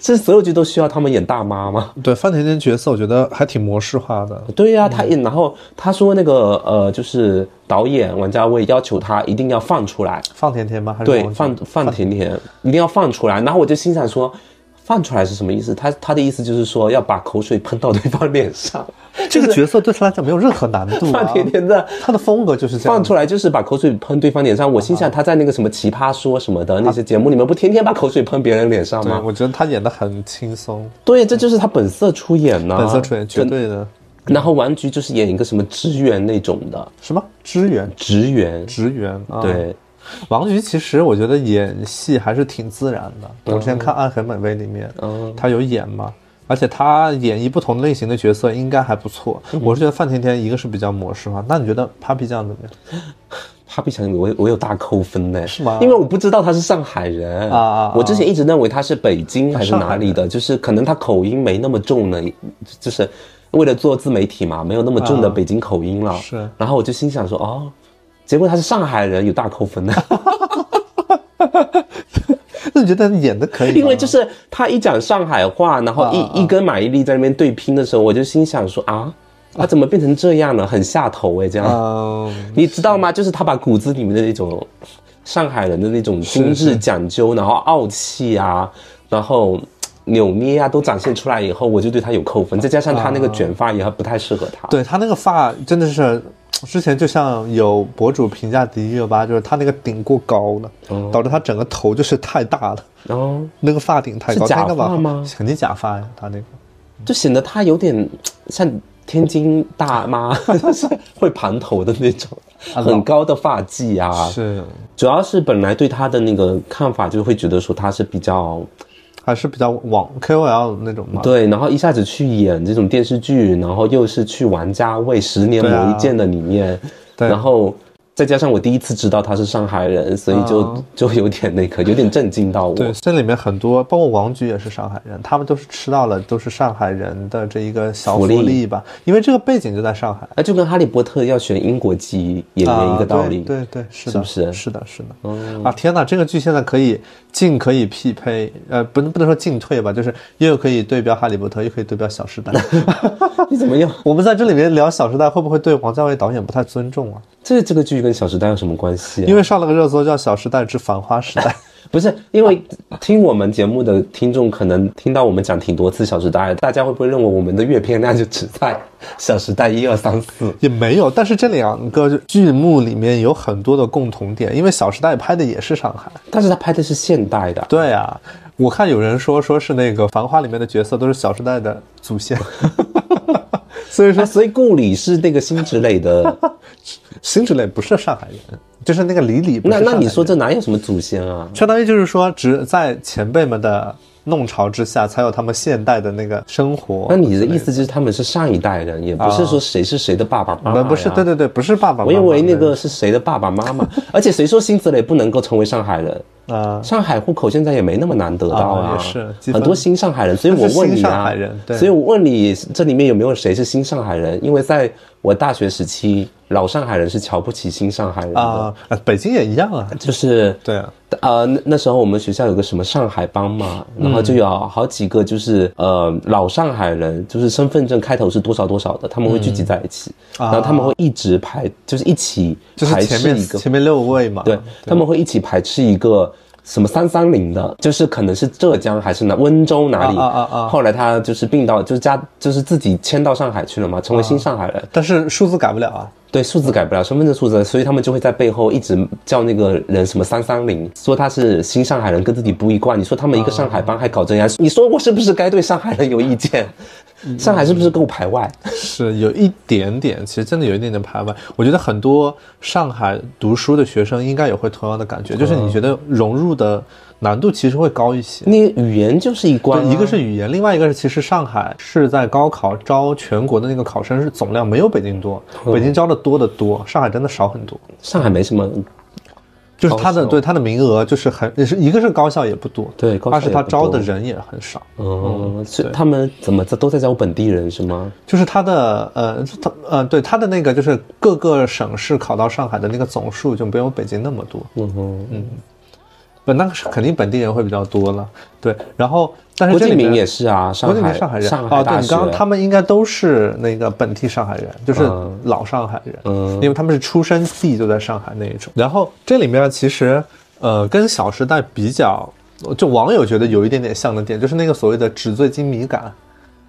这所有剧都需要他们演大妈吗？
对范甜甜角色，我觉得还挺模式化的，
对呀、她演，然后她说那个呃，就是导演王家卫要求她一定要放出来，
放甜甜吗？还是
对，
王
放
晶
放甜甜一定要放出来。然后我就心想说，放出来是什么意思？他他的意思就是说要把口水喷到对方脸上。
这个角色对他来讲没有任何难度、啊。
范甜甜的
他的风格就是这样。
放出来就是把口水喷对方脸上。我心想他在那个什么奇葩说什么的那些节目里面，不天天把口水喷别人脸上
对，
吗？
我觉得他演的很轻松，
对，这就是他本色出演呐、
本色出演绝对的。
然后完局就是演一个什么职员那种的
什么支援
职员，
职员啊？，
对，
王菊其实我觉得演戏还是挺自然的。我之前看《暗黑美味》里面，
嗯
他有演嘛，而且他演绎不同类型的角色应该还不错。
嗯
我是觉得范甜甜一个是比较模式化，那你觉得 Papi 酱怎么样？
他比想我有我有大扣分呢，
是吗
因为我不知道他是上海人
啊啊啊
我之前一直认为他是北京还是
上海
哪里的，就是可能他口音没那么重呢，就是为了做自媒体嘛，没有那么重的
啊
北京口音了。
是
然后我就心想说，哦，结果他是上海人，有大
(laughs)
扣分呢，
那你觉得演的可以吗？
(laughs) 因为就是他一讲上海话，然后一、
啊啊
一跟马伊琍在那边对拼的时候，我就心想说啊，他怎么变成这样了，很下头哎、这样。
嗯，
你知道吗？就是他把骨子里面的那种上海人的那种精致讲究，然后傲气啊，然后嘖扭捏啊，都展现出来以后，我就对他有扣分。再加上他那个
啊
卷发也不太适合他。
对他那个发真的是。之前就像有博主评价迪丽热巴，就是她那个顶过高了，
哦
导致她整个头就是太大了，
然后
那个发顶太
是
高。
假
她应该把
发吗
肯定假发呀，她那个。
就显得他有点嘖像天津大妈， (laughs) 就是会盘头的那种，很高的发髻啊。
啊是，
主要是本来对他的那个看法，就会觉得说他是比较
还是比较网 KOL 那种嘛。
对，然后一下子去演这种电视剧，然后又是去玩家卫《十年
对啊
磨一剑》的里面，
对
然后再加上我第一次知道他是上海人，所以就、就有点
(laughs)
那个，有点震惊到我。
啊对，这里面很多，包括王菊也是上海人，他们都是吃到了都是上海人的这一个小福
福利
利吧，因为这个背景就在上海。
啊，就跟《哈利波特》要选英国籍演员一个道理。
啊、对对对，是的，
是不是嗯
是的，是的。啊，天哪，这个剧现在可以进可以匹配，呃，不能不能说进退吧，就是又可以对标《哈利波特》，又可以对标《小时代》。
(laughs) 你怎么又？
我们在这里面聊《小时代》，会不会对王家卫导演不太尊重啊？
这这个剧跟《小时代》有什么关系、啊？
因为上了个热搜叫《小时代之繁花时代》。
不是因为听我们节目的听众，可能听到我们讲挺多次《小时代》，大家会不会认为我们的阅片量就只在《小时代》一二三四？
也没有，但是这两个剧目里面有很多的共同点，因为《小时代》拍的也是上海。
但是他拍的是现代 (laughs) 的，
对啊，我看有人说说是那个《繁花》里面的角色都是《小时代》的祖先， (laughs) 所以说
啊所以顾里是那个辛芷蕾 (laughs) 的，
辛芷蕾不是上海人，就是那个李李不是
那
上海
那
人。
你说这哪有什么祖先啊？
相当于就是说，只在前辈们的弄潮之下，才有他们现代的那个生活。
那你的意思就是他们是上一代人，也不是说谁哦是谁的爸爸妈妈
不
啊哎呀
不是对。对对，不是爸爸妈妈
我
们。
以为那个是谁的爸爸妈
(laughs)
妈，而且谁说辛芷蕾不能够成为上海人？
啊、
上海户口现在也没那么难得到
啊
啊，
也是积分
很多新上海人，所以我问
但是新
你
上
啊
海人，对
所以我问你这里面有没有谁是新上海人？因为在我大学时期，老上海人是瞧不起新上海人的，
啊、北京也一样啊。
就是
对啊，
呃，那那时候我们学校有个什么上海帮嘛，然后就有
嗯
好几个就是呃老上海人，就是身份证开头是多少多少的，他们会聚集在一起，
啊
然后他们会一直排，就是一起
就是
排
前
斥
面
一个，
前啊面六位嘛。
对，他们会一起排斥一个。什么三三零的，就是可能是浙江还是哪温州哪里，
啊啊啊啊
后来他就是并到就是家就是自己迁到上海去了嘛，成为新上海人。
但是数字改不了啊。
对，数字改不了，身份证数字，所以他们就会在背后一直叫那个人什么三三零，说他是新上海人，跟自己不一贯。你说他们一个上海帮还搞这样，你说我是不是该对上海人有意见？上海是不是够排外？
是有一点点，其实真的有一点点排外。我觉得很多上海读书的学生应该也会同样的感觉，就是你觉得融入的难度其实会高一些。
你语言就是一关啊、
对，一个是语言，另外一个是其实上海是在高考招全国的那个考生是总量没有北京多，
嗯
北京招的多得多，上海真的少很多。
上海没什么，
就是他的
高校
对他的名额就是很，也是一个是高校也不多，
对高校
二是他
也不
招的
多
人也很少。
嗯，是他们怎么在都在招本地人是吗？
就是他的呃，他呃，对他的那个就是各个省市考到上海的那个总数就没有北京那么多，
嗯哼，
本那个是肯定本地人会比较多了，对。然后但是
郭
这
敬
里
明
面
也是啊，上
郭敬明
海
是上海人
上
哦，
海
对
大
你
学，
刚刚他们应该都是那个本地上海人，就是老上海人，
嗯
因为他们是出生地就在上海那一种。然后这里面其实呃跟《小时代》比较。就网友觉得有一点点像的点，就是那个所谓的纸醉金迷感，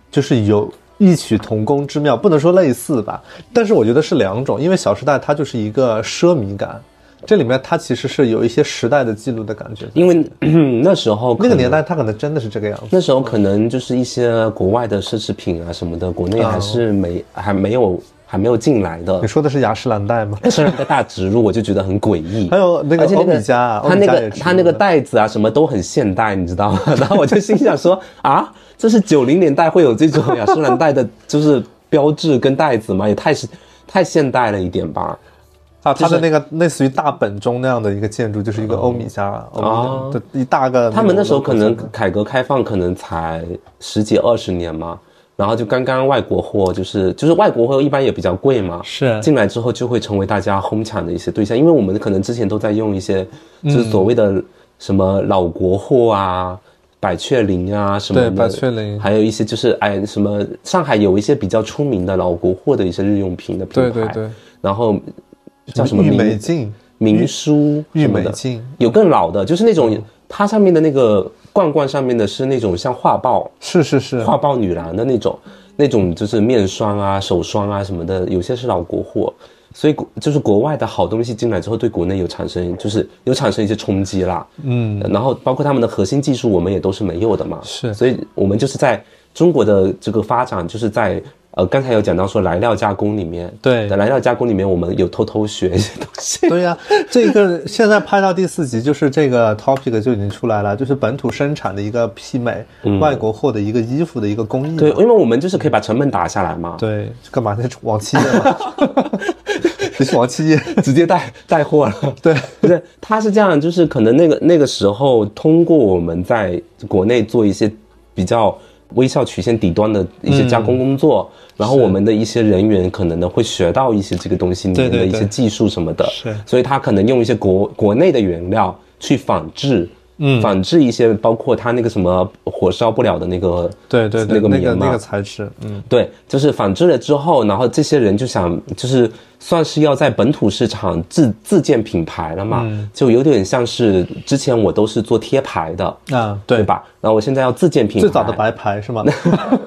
就是有异曲同工之妙，不能说类似吧，但是我觉得是两种，因为《小时代》它就是一个奢靡感，这里面它其实是有一些时代的记录的感觉，
因为 (clears throat) 那时候可
那个
能
年代它可能真的是这个样子。
那时候可能就是一些国外的奢侈品啊什么的，国
哦
内还是没、还没有还没有进来
(laughs)
的
你。说的是雅诗兰黛吗？
虽然个大植入，我就觉得很诡异。
还有那个
而且那
欧米茄啊
个他
欧米
那
茄也
个
植入
他那个
了
袋子啊，什么都很现代，你知道吗？ (laughs) 然后我就心想说啊，这是九零年代会有这种雅诗兰黛的， (laughs) 就是标志跟袋子吗？也太是太现代了一点吧。
啊，它的那个类似于大本钟那样的一个建筑，就是一个欧米茄，欧
哦
米的一大个。
他们那时候可能改革开放可能才十几二十年嘛，然后就刚刚外国货就是就是外国货一般也比较贵嘛，
是
进来之后就会成为大家哄抢的一些对象，因为我们可能之前都在用一些
嗯
就是所谓的什么老国货啊。百雀羚啊什么的，
对百雀羚
还有一些就是哎什么上海有一些比较出名的老国货的一些日用品的品牌，
对对对，
然后叫什么
郁
明
美净，
明书
郁
什么
美
的
净
有更老的，就是那种它上面的那个罐罐上面的是那种像画报、
是是是，
画报女郎的那种，那种就是面霜啊、手霜啊什么的，有些是老国货，所以国就是国外的好东西进来之后，对国内有产生就是有产生一些冲击啦。
嗯，
然后包括他们的核心技术，我们也都是没有的嘛。
是
所以我们就是在中国的这个发展，就是在呃刚才有讲到说来料加工里面，
对
来料加工里面我们有偷偷学一些东西。
对呀、这个现在拍到第四集，就是这个 topic 就已经出来了，就是本土生产的一个媲美、外国货的一个衣服的一个工艺。
嗯对，因为我们就是可以把成本打下来嘛，
对，干嘛？ (laughs) 那是往七页吗？你是往七页？
直接带带货了。
对，
(laughs) 不是，他是这样，就是可能那个那个时候，通过我们在国内做一些比较微笑曲线底端的一些加工工
嗯
作，然后我们的一些人员可能呢会学到一些这个东西里面
对
的
对
一些
对
技术什么的，
是
所以他可能用一些国国内的原料去仿制。嗯，仿制一些包括他那个什么火烧不了的那个，
对对对，
那个
那
棉
个
嘛
那个材质，嗯，
对，就是仿制了之后，然后这些人就想，就是算是要在本土市场自自建品牌了嘛，
嗯
就有点像是之前我都是做贴牌的，
啊，
对
对？
吧？然后我现在要自建品牌，
最早的白牌是吗？ (laughs)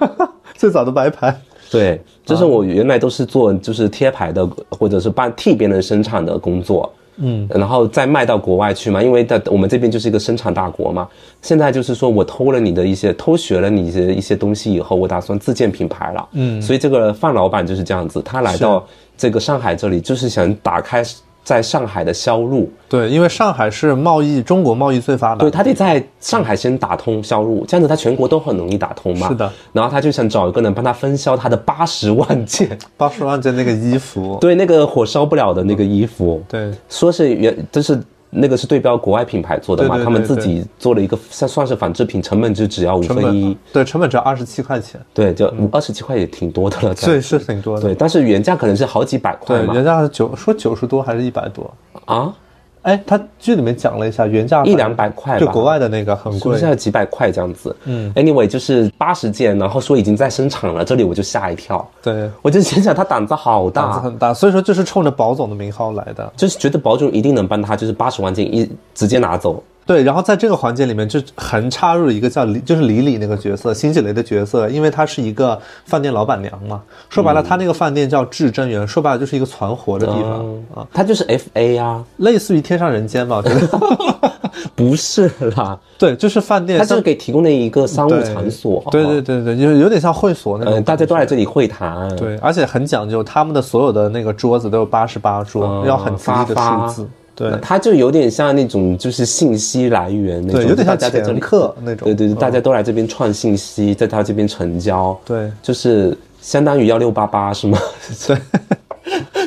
最早的白牌，
对，就是我原来都是做就是贴牌的，或者是帮替别人生产的工作，嗯，然后再卖到国外去嘛，因为在我们这边就是一个生产大国嘛。现在就是说我偷了你的一些，偷学了你的一些东西以后，我打算自建品牌了，嗯，所以这个范老板就是这样子，他来到这个上海这里，就是想打开在上海的销路，
对，因为上海是贸易中国贸易最发达
对
的，
他得在上海先打通销路，这样子他全国都很容易打通嘛，
是的，
然后他就想找一个人帮他分销他的八十万件。
八十万件那个衣服，
对，那个火烧不了的那个衣服，
对
说是原，就是那个是对标国外品牌做的嘛，
对对对
他们自己做了一个算算是仿制品，成本就只要五
成
分
本嗯
一，
对成本只要二十七块钱，
对，就二十七块也挺多的了，
对，是挺多的。
对，但是原价可能是好几百块
对，
嘛，
原价是九，说九十多还是一百多？
啊，
哎，他剧里面讲了一下，原价
一两百块吧，
啊就国外的那个很
是不
贵
是，要几百块这样子？嗯，anyway 就是八十件，然后说已经在生产了，这里我就吓一跳，
对，
我就心想他胆子好大，
胆子很大，所以说就是冲着保总的名号来的。
就是觉得保准一定能帮他，就是八十万件一直接拿走，
对，然后在这个环节里面，就横插入一个叫李，就是李李那个角色，辛芷蕾的角色，因为她是一个饭店老板娘嘛。说白了，她那个饭店叫至真园，说白了就是一个存活的地方、啊，
他就是 FA 啊，
类似于天上人间吧，我觉
(laughs)
得。
不是啦，
对，就是饭店
它
像，
就是给提供了一个商务
对
场所，
对对对对，有有点像会所那种
嗯、
感觉。
大家都来这里会谈，，
对，而且很讲究，他们的所有的那个桌子都有八十八桌，
嗯
要很吉利的
发
数
发
字。对，
它就有点像那种就是信息来源那种，
对有点像
大家在这里
掮客那种嗯
对对对，大家都来这边串信息，在他这边成交， (laughs)
对
就是相当于幺六八八是吗？ (laughs)
对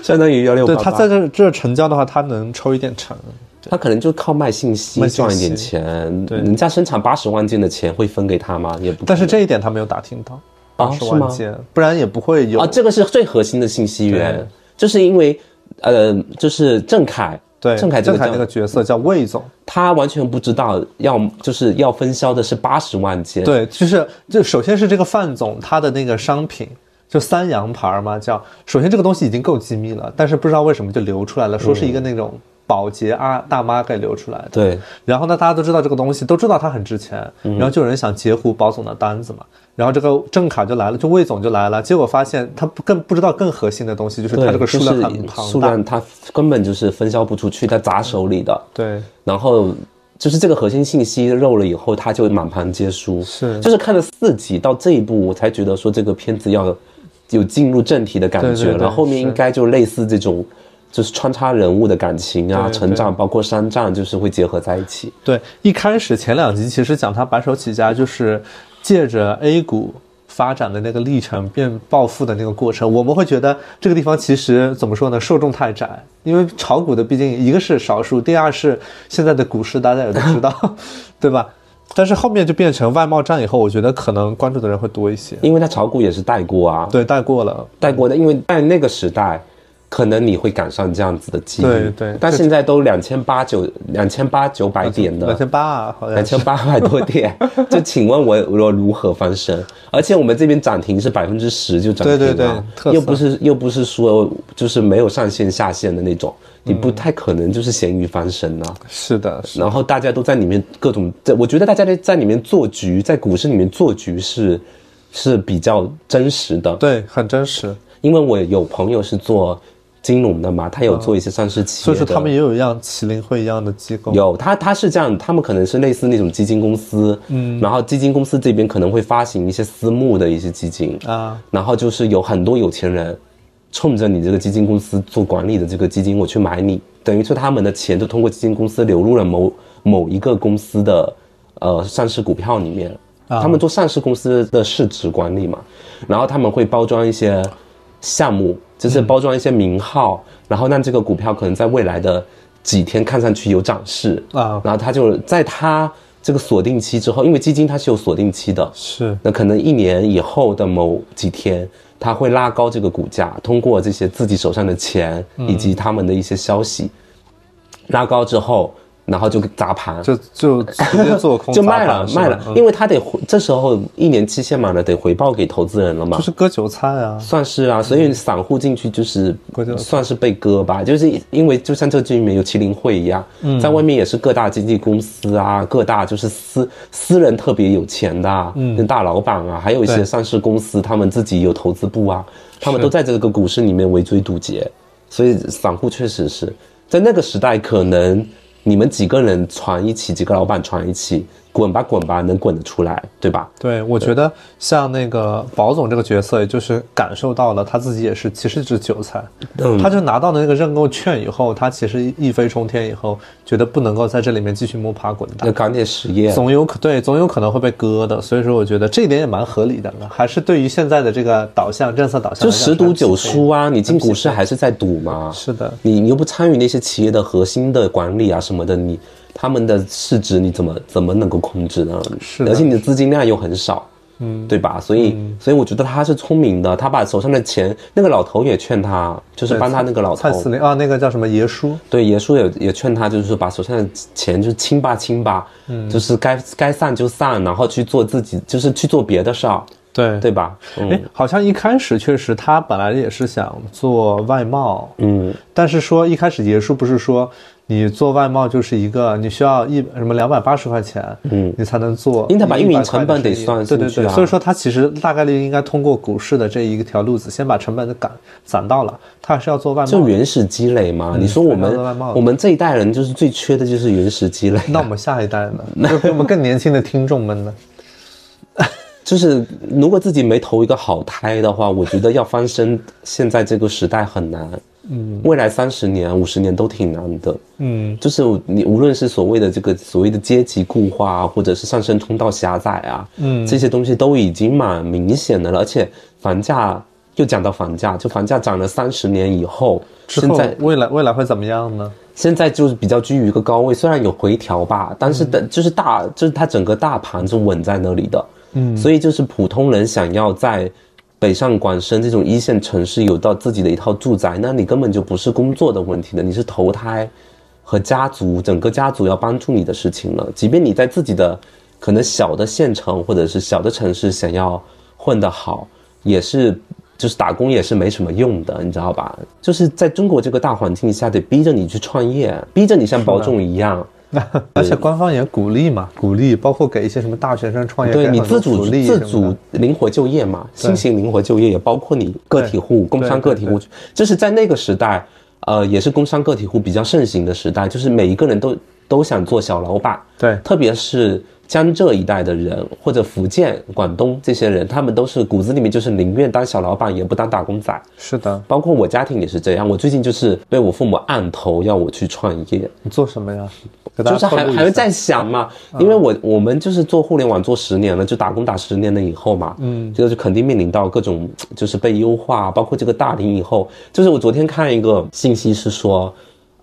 相当于幺六八
对，
八，
他在这这成交的话，他能抽一点成。
他可能就靠卖信息
卖信息
赚一点钱，
对
人家生产八十万件的钱会分给他吗？也不可能，
但是这一点他没有打听到，八
啊
十
是吗
万件，不然也不会有。
啊，这个是最核心的信息源，就是因为呃，就是郑恺。
对，
郑恺
郑
这个
恺
叫
那个角色叫魏总，
他完全不知道要就是要分销的是八十万件，，
对，就是就首先是这个范总他的那个商品。就三洋牌嘛，叫首先这个东西已经够机密了，但是不知道为什么就流出来了，说是一个那种保洁啊大妈给流出来的。
对，
然后呢，大家都知道这个东西，都知道它很值钱，然后就有人想截胡保总的单子嘛。然后这个郑卡就来了，就魏总就来了，结果发现他不更不知道更核心的东西，就是
对，
它这个数
就
量
是
很
数
庞大。
量它根本就是分销不出去，它砸手里的。
对，
然后就是这个核心信息漏了以后，它就满盘皆输。
是
就是看了四集到这一步，我才觉得说这个片子要有进入正题的感觉
对对对
了。后面
是
应该就类似这种，就是穿插人物的感情啊、
对对
成长，包括商战，就是会结合在一起。
对，一开始前两集其实讲他白手起家，就是借着 A 股发展的那个历程变暴富的那个过程，我们会觉得这个地方其实怎么说呢，受众太窄，因为炒股的毕竟一个是少数，第二是现在的股市大家也都知道， (laughs) 对吧？但是后面就变成外贸战以后，我觉得可能关注的人会多一些。
因为它炒股也是带过啊，
对，带过了，
带过的，因为在那个时代。可能你会赶上这样子的机遇，
对对
但现在都两千八九两千八九百点的，
两千八啊，好
两
像是
千八百
(laughs)
多点，就请问我我如何翻身？而且我们这边涨停是百分之十就涨停了，
对对对特色
又不是又不是说就是没有上线下线的那种，你不太可能就是咸鱼翻身呐、啊
是的，是
然后大家都在里面各种，在我觉得大家在在里面做局，在股市里面做局是是比较真实的，
对，很真实，
因为我有朋友是做金融的嘛，他有做一些上市企
嗯所
业
以
的，
说他们也有一样麒麟会一样的机构，
有，他他是这样，他们可能是类似那种基金公司，嗯，然后基金公司这边可能会发行一些私募的一些基金，
啊，
然后就是有很多有钱人冲着你这个基金公司做管理的这个基金，我去买你，等于说他们的钱就通过基金公司流入了某某一个公司的呃上市股票里面，他们做上市公司的市值管理嘛，然后他们会包装一些项目，
嗯
就是包装一些名号，然后让这个股票可能在未来的几天看上去有涨势
啊
然后他就在他这个锁定期之后，因为基金它是有锁定期的，
是。
那可能一年以后的某几天，它会拉高这个股价，通过这些自己手上的钱
嗯
以及他们的一些消息，拉高之后，然后就砸盘，
就就直接做空
(laughs) 就
砸
卖
盘
了
是吧
卖了，
嗯
因为他得回这时候一年期限满了，得回报给投资人了嘛
就。是割韭菜啊，
算是啊，所以散户进去就是
割韭菜
算是被割吧，就是因为就像这剧里面有麒麟会一样，在外面也是各大经纪公司啊，各大就是私私人特别有钱的、啊，跟大老板啊，还有一些
对
上市公司，他们自己有投资部啊，他们都在这个股市里面围追堵截，所以散户确实是在那个时代，可能你们几个人传一起，几个老板传一起，滚吧滚吧，能滚得出来，对吧？
对，我觉得像那个保总这个角色，也就是感受到了他自己也是其实是韭菜，
嗯
他就拿到了那个认购券以后，他其实一飞冲天以后，觉得不能够在这里面继续摸爬滚打
那，钢铁实啊业，
总有可对总有可能会被割的，所以说我觉得这一点也蛮合理的啊了，还是对于现在的这个导向政策导向
就
来讲
十赌
还是
九
可以
输啊！你进股市还是在赌嘛？
是的，
你你又不参与那些企业的核心的管理啊什么的，你他们的市值你怎么怎么能够控制呢？
是的
而且你的资金量又很少，嗯，对吧？所以、所以我觉得他是聪明的，他把手上的钱，那个老头也劝他，就是帮他那个老头
蔡，司令啊，那个叫什么爷叔，
对，爷叔也也劝他，就是说把手上的钱就清吧清吧，嗯，就是该该散就散，然后去做自己，就是去做别的事儿，
对
对吧？嗯
哎，好像一开始确实他本来也是想做外贸，
嗯，
但是说一开始爷叔不是说你做外贸就是一个你需要一什么两百八十块钱，嗯，你才能做100块的生意，
因为他把运营成本得算
对对
进去
对，
啊
所以说他其实大概率应该通过股市的这一条路子，先把成本赶攒到了，他还是要做外贸
就。原始积累嘛。你说我
非嗯常的外貌
们我们这一代人就是最缺的就是原始
(laughs)
积累，
那我们下一代
(laughs)
呢？就比我们更年轻的听众们呢？
就是如果自己没投一个好胎的话，我觉得要翻身，现在这个时代很难。嗯，未来三十年、五十年都挺难的。
嗯，
就是你无论是所谓的这个所谓的阶级固化啊，或者是上升通道狭窄啊，嗯，这些东西都已经蛮明显的了，而且房价。又讲到房价，就房价涨了三十年以后，
之
(laughs) 现
后
在
未来未来会怎么样
(laughs)
呢？
现在就是比较居于一个高位，虽然有回调吧，但是的、就是大就是它整个大盘是稳在那里的，嗯，所以就是普通人想要在北上广深这种一线城市有到自己的一套住宅，那你根本就不是工作的问题了，你是投胎和家族整个家族要帮助你的事情了。即便你在自己的可能小的县城或者是小的城市想要混得好，也是就是打工也是没什么用的，你知道吧？就是在中国这个大环境下，得逼着你去创业，逼着你像保总一样。
(laughs) 而且官方也鼓励嘛，鼓励包括给一些什么大学生创业，
对
给
你
很多
自
福
主
利
自
什么
主
的
灵活就业嘛，新型灵活就业也包括你个体户、工商个体户，就是在那个时代，呃，也是工商个体户比较盛行的时代，就是每一个人都都想做小老板，
对
特别是江浙一带的人或者福建、广东这些人，他们都是骨子里面就是宁愿当小老板也不当打工仔，
是的。
包括我家庭也是这样，我最近就是被我父母按头要我去创业，
你做什么呀？给大
就
家
是
透
还
露一
还会
下
在想嘛，因为我我们就是做互联网做十年了，就打工打十年了以后嘛，嗯，这个就肯定面临到各种就是被优化，包括这个大龄以后，就是我昨天看一个信息是说，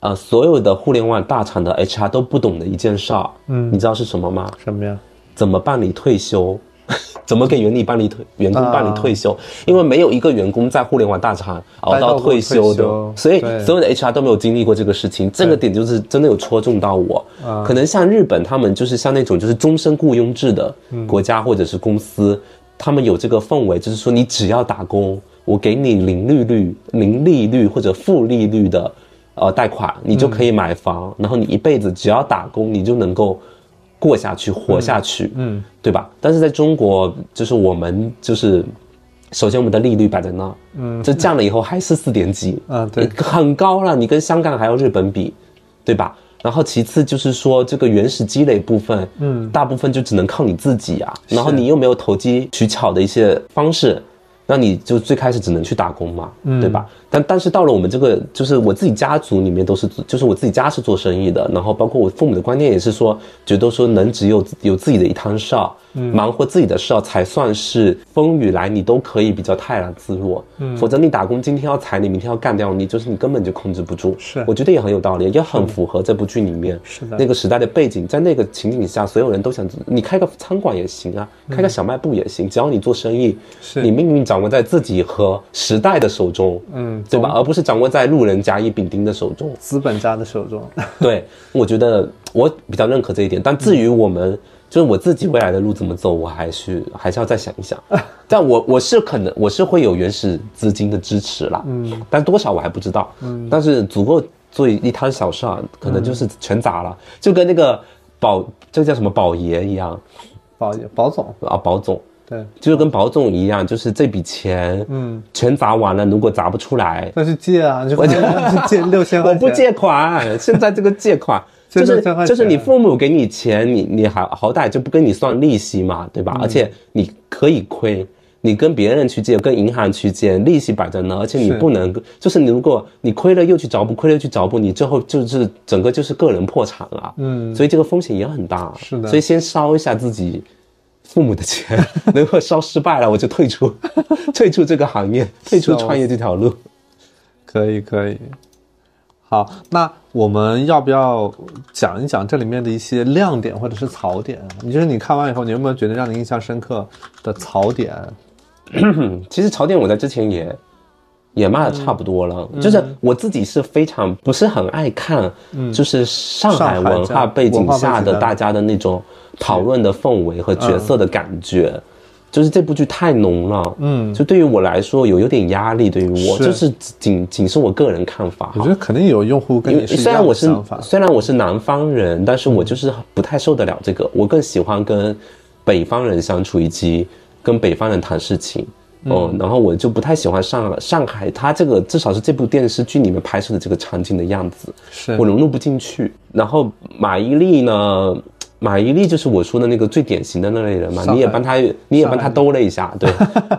呃，所有的互联网大厂的 HR 都不懂的一件事儿，嗯，你知道是什么吗？
什么呀？
怎么办理退休？ (laughs) 怎么给员理办理退员工办理退休？因为没有一个员工在互联网大厂熬
啊待到
到
过
退休
退
的，
休
所以
对
所有的 HR 都没有经历过这个事情。这个点就是真的有戳中到我。
啊
可能像日本，他们就是像那种就是终身雇佣制的
嗯
国家或者是公司，他们有这个氛围，就是说你只要打工，我给你零利率、零利率或者负利率的呃贷款，你就可
嗯
以买房，然后你一辈子只要打工，你就能够过下去、活下去。
嗯，
对吧？但是在中国，就是我们就是，首先我们的利率摆在那，嗯，就降了以后还是四点几，
啊对
很高了，你跟香港还有日本比，对吧？然后其次就是说这个原始积累部分，嗯，大部分就只能靠你自己啊，然后你又没有投机取巧的一些方式。那你就最开始只能去打工嘛，
嗯
对吧？但但是到了我们这个，就是我自己家族里面都是，就是我自己家是做生意的，然后包括我父母的观念也是说，觉得说能只有有自己的一摊事儿，
嗯
忙活自己的事儿才算是风雨来你都可以比较泰然自若，
嗯
否则你打工今天要裁你，明天要干掉你，就是你根本就控制不住。
是嗯
我觉得也很有道理，也很符合这部剧里面
是的
那个时代的背景，在那个情景下，所有人都想你开个餐馆也行啊，开个小卖部也行，只要你做生意，
嗯是
你命运掌握在自己和时代的手中，
嗯，
对吧？而不是掌握在路人甲乙丙丁的手中。
资本家的手中。 (laughs)
(laughs) 对，我觉得我比较认可这一点。但至于我们，就是我自己未来的路怎么走，我还是还是要再想一 (laughs) 想。但我我是可能我是会有原始资金的支持啦，嗯，但多少我还不知道，嗯，但是足够做一摊小事儿，可能就是全砸了，就跟那个宝，这叫什么宝爷一样
保保总，
啊，宝总。
对，
就是跟保总一样，就是这笔钱，嗯，全砸完了，如果砸不出来，
那去借 (laughs) 啊，你就我就借六千块
我
钱。
不借款，现在这个
(laughs)
借款
这
就
就是借款
就是你
钱
父母给你钱，你你还好歹就不跟你算利息嘛，对吧？
嗯
而且你可以亏。你跟别人去借，跟银行去借，利息摆在那，而且你
是
不能，就是你如果你亏了又去找补，亏了又去找补，你最后就是整个就是个人破产了。嗯，所以这个风险也很大。
是的
所以先烧一下自己父母的钱， (laughs) 如果烧失败了，我就退出， (laughs) 退出这个行业，退出
笑死
创业这条路。
可以可以。好，那我们要不要讲一讲这里面的一些亮点或者是槽点？你就是你看完以后，你有没有觉得让你印象深刻的槽点？
其实槽点我在之前也也骂的差不多
嗯
了，就是我自己是非常不是很爱看，
嗯
就是上海文
上海这
化
样
背景
文化背景
下的
的
大家的那种讨论的氛围和角色的感觉。就是这部剧太浓了，嗯，就对于我来说有有点压力，对于我
是
就是仅仅是我个人看法
我
哈
觉。得肯定有用户跟
因为
你一
虽然
样
我
的
是
想法，
虽然我是南方人，但是我就是不太受得了这个，我更喜欢跟北方人相处以及跟北方人谈事情。嗯，然后我就不太喜欢上上海，它这个至少是这部电视剧里面拍摄的这个场景的样子，
是
我融入不进去。然后马伊琍呢，马伊琍就是我说的那个最典型的那类人嘛，
上海
你也帮她，你也帮
上
她
海
兜了一下，
(laughs)
对。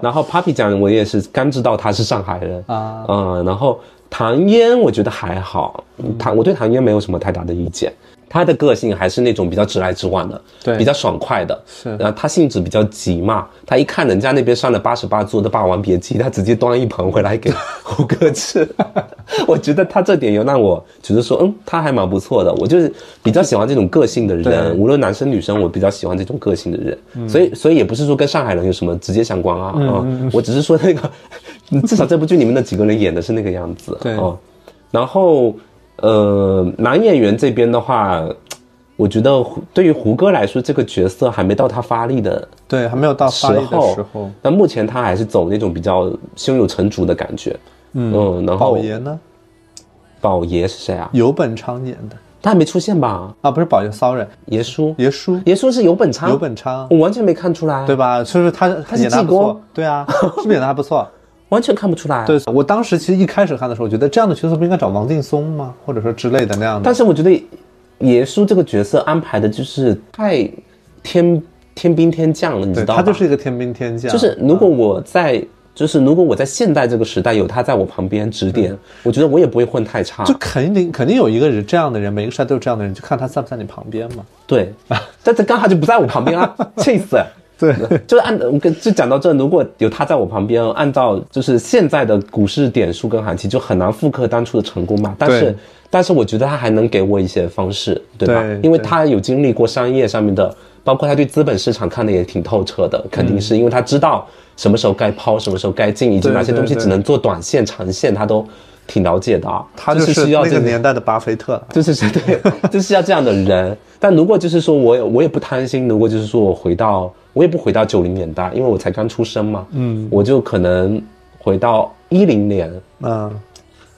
然后 Papi 酱我也是刚知道她是上海人，
啊，
嗯，然后唐嫣我觉得还好，
嗯
唐我对唐嫣没有什么太大的意见，她的个性还是那种比较直来直往的，
对
比较爽快的，
是
然后她性子比较急嘛，她一看人家那边上了八十八桌的《霸王别姬》，她直接端一盆回来给 (laughs) 胡歌吃， (laughs) 我觉得她这点有让我觉得说，嗯，她还蛮不错的，我就是比较喜欢这种个性的
对嗯
人，无论男生女生，我比较喜欢这种个性的人，所以所以也不是说跟上海人有什么直接相关啊，啊、我只是说那个，至少这部剧里面的几个人演的是那个样子，
对
哦，然后呃，男演员这边的话，我觉得胡对于胡歌来说，这个角色还没到他发力的
对，还没有到
时
发力的时
候
候。，
那目前他还是走那种比较胸有成竹的感觉。嗯然后
宝爷呢？
宝爷是谁啊？
游本昌演的
他还没出现吧？
啊，不是宝爷，sorry，
爷叔，
爷叔
爷叔是游本昌，
游本昌，
我完全没看出来，
对，吧？是不是他
啊是
演的还
济
不
公
错？对啊，是不是演的还不
(laughs)
错？
完全看不出来。啊
对，我当时其实一开始看的时候，我觉得这样的角色不应该找王劲松吗？或者说之类的那样的
但。是我觉得爷叔这个角色安排的就是太天天兵天将了，你知
对
道
他
吗？
就是一个天兵天将，
就是如果我在。就是如果我在现代这个时代有他在我旁边指点，我觉得我也不会混太差。
就肯定肯定有一个人这样的人，每个时代都有这样的人，就看他在不在你旁边嘛。
对，但是刚好就不在我旁边啊， (laughs) 气死！
对，
就是按我跟就讲到这，如果有他在我旁边，按照就是现在的股市点数跟行情，就很难复刻当初的成功嘛。但
对
是，但是我觉得他还能给我一些方式，对吧？
对
因为
对
他有经历过商业上面的，包括他对资本市场看的也挺透彻的，肯定是
嗯
因为他知道什么时候该抛，什么时候该进，以及
对
哪些
对
东西
对
只能做短线、长线，他都挺了解的啊。
他
就是需要
那
这
个
种
年代的巴菲特了。
就是对，就是 (laughs) 要这样的人。但如果就是说我也我也不贪心，如果就是说我回到我也不回到九零年代，因为我才刚出生嘛，嗯，我就可能回到一零年，
嗯，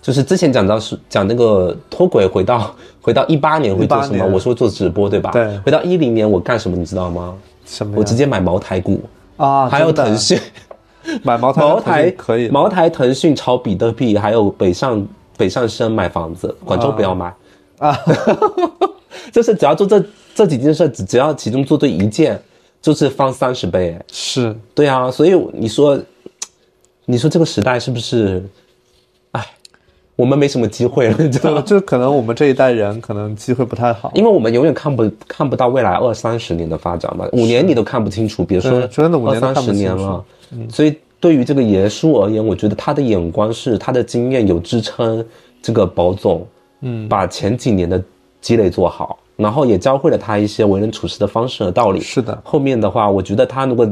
就是之前讲到是讲那个脱轨，回到回到一八年会做什么？
18年
我说做直播对吧？
对
回到一零年我干什么你知道吗？
什么呀？
我直接买茅台股，
啊，
还有
真的
腾讯。
买茅台，
茅台
可以，
茅台、腾讯炒比特币，还有北上北上深买房子，广州不要买
啊。
(laughs) 就是只要做这这几件事，只只要其中做对一件，就是翻三十倍。哎
是
对啊，所以你说，你说这个时代是不是，哎，我们没什么机会了，你知道
对，
吗？
就可能我们这一代人可能机会不太好。
因为我们永远看不看不到未来二三十年的发展嘛，五年你都看不清楚，别说
对真的五
二
年都
三
看
十
不清楚
年了。嗯所以对于这个爷叔而言，我觉得他的眼光是他的经验有支撑这个宝总，嗯，把前几年的积累做好，然后也教会了他一些为人处事的方式和道理。
是的，
后面的话，我觉得他如果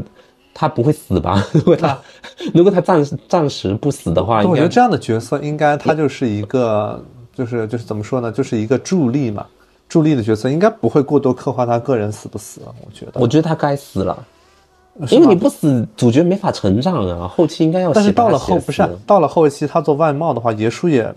他不会死吧？如果他 (laughs) 如果他暂时暂时不死的话，
但
应
我觉
该
得这样的角色应该他就是一个，就是就是怎么说呢，就是一个助力嘛，助力的角色应该不会过多刻画他个人死不死，我觉得。
我觉得他该死了。因为你不死，主角没法成长啊，后期应该要
呃
写
但是到
把他
了
写
后不是啊
死
到了后期他做外贸的话，爷叔也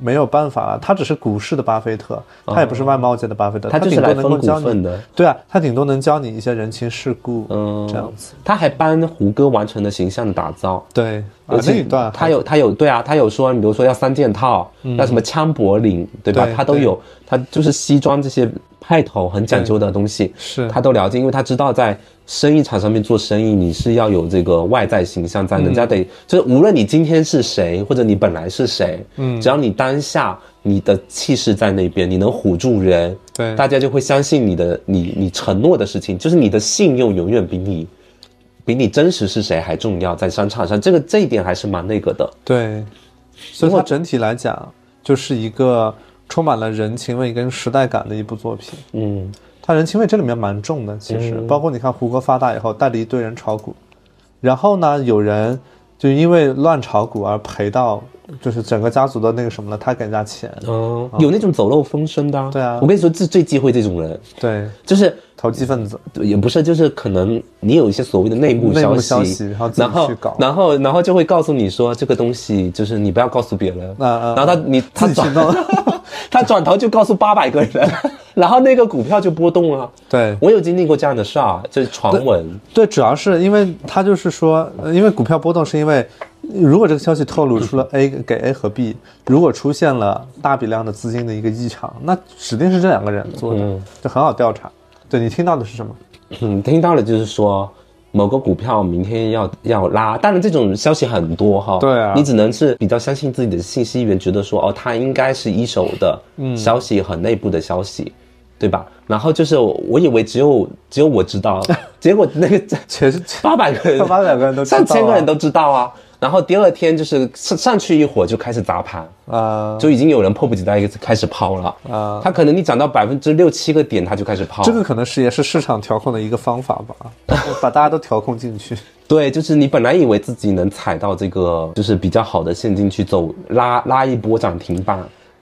没有办法了，他只是股市的巴菲特，他也不是外贸界的巴菲特，
哦他就是
顶多
来
能
分
够
股
教
份
你，
的。
对啊，他顶多能教你一些人情世故，
嗯，
这样子。
他还帮胡歌完成了形象的打造，
对，啊
而
那
且
一段
他有他有对啊，他有说，你比如说要三件套，要什么枪脖领，对吧
嗯对？
他都
对
有，他就是西装这些派头很讲究的东西，
是
他都了解，因为他知道在生意场上面做生意，你是要有这个外在形象
嗯
在，人家得就是无论你今天是谁，或者你本来是谁，嗯，只要你当下你的气势在那边，你能唬住人，
对
大家就会相信你的你你承诺的事情，就是你的信用永远比你。比你真实是谁还重要，在商场上，这个这一点还是蛮那个的。
对，所以它整体来讲就是一个充满了人情味跟时代感的一部作品。
嗯，
它人情味这里面蛮重的，其实、包括你看胡歌发达以后带了一堆人炒股，然后呢，有人就因为乱炒股而赔到就是整个家族的那个什么了，他给人家钱。
哦，有那种走漏风声的、
对啊
我跟你说，最最忌讳这种人，
对，
就是
投机分子，
也不是，就是可能你有一些所谓的内幕
内
消
幕
息，
消息然后自己
然后
去搞
然后然后就会告诉你说这个东西就是你不要告诉别人，
啊啊
然后他你他
自己去
转
弄
(laughs) 他转头就告诉八百个人， (laughs) 然后那个股票就波动了。
对。
我有经历过这样的事儿，就是传闻，
对，主要是因为他就是说，呃因为股票波动是因为，如果这个消息透露出了 A 给 A 和 B，如果出现了大笔量的资金的一个异常，那指定是这两个人做的，就很好调查。对你听到的是什么？ (laughs)
嗯，听到了就是说某个股票明天要要拉，当然这种消息很多哈。
对啊
你只能是比较相信自己的信息源，觉得说哦，它应该是一手的
嗯
消息和内部的消息，对吧？然后就是我以为只有只有我
(laughs)
知道，结果那个
且是
八百个人，
八百个人都知道啊
上千个人都知道啊。然后第二天就是上上去一会儿就开始砸盘，
啊，
就已经有人迫不及待开始抛了
啊
他可能你涨到百分之六七个点，他就开始抛。
这个可能是也是市场调控的一个方法吧，把大家都调控进去。
对，就是你本来以为自己能踩到这个，就是比较好的陷阱去走拉拉一波涨停板，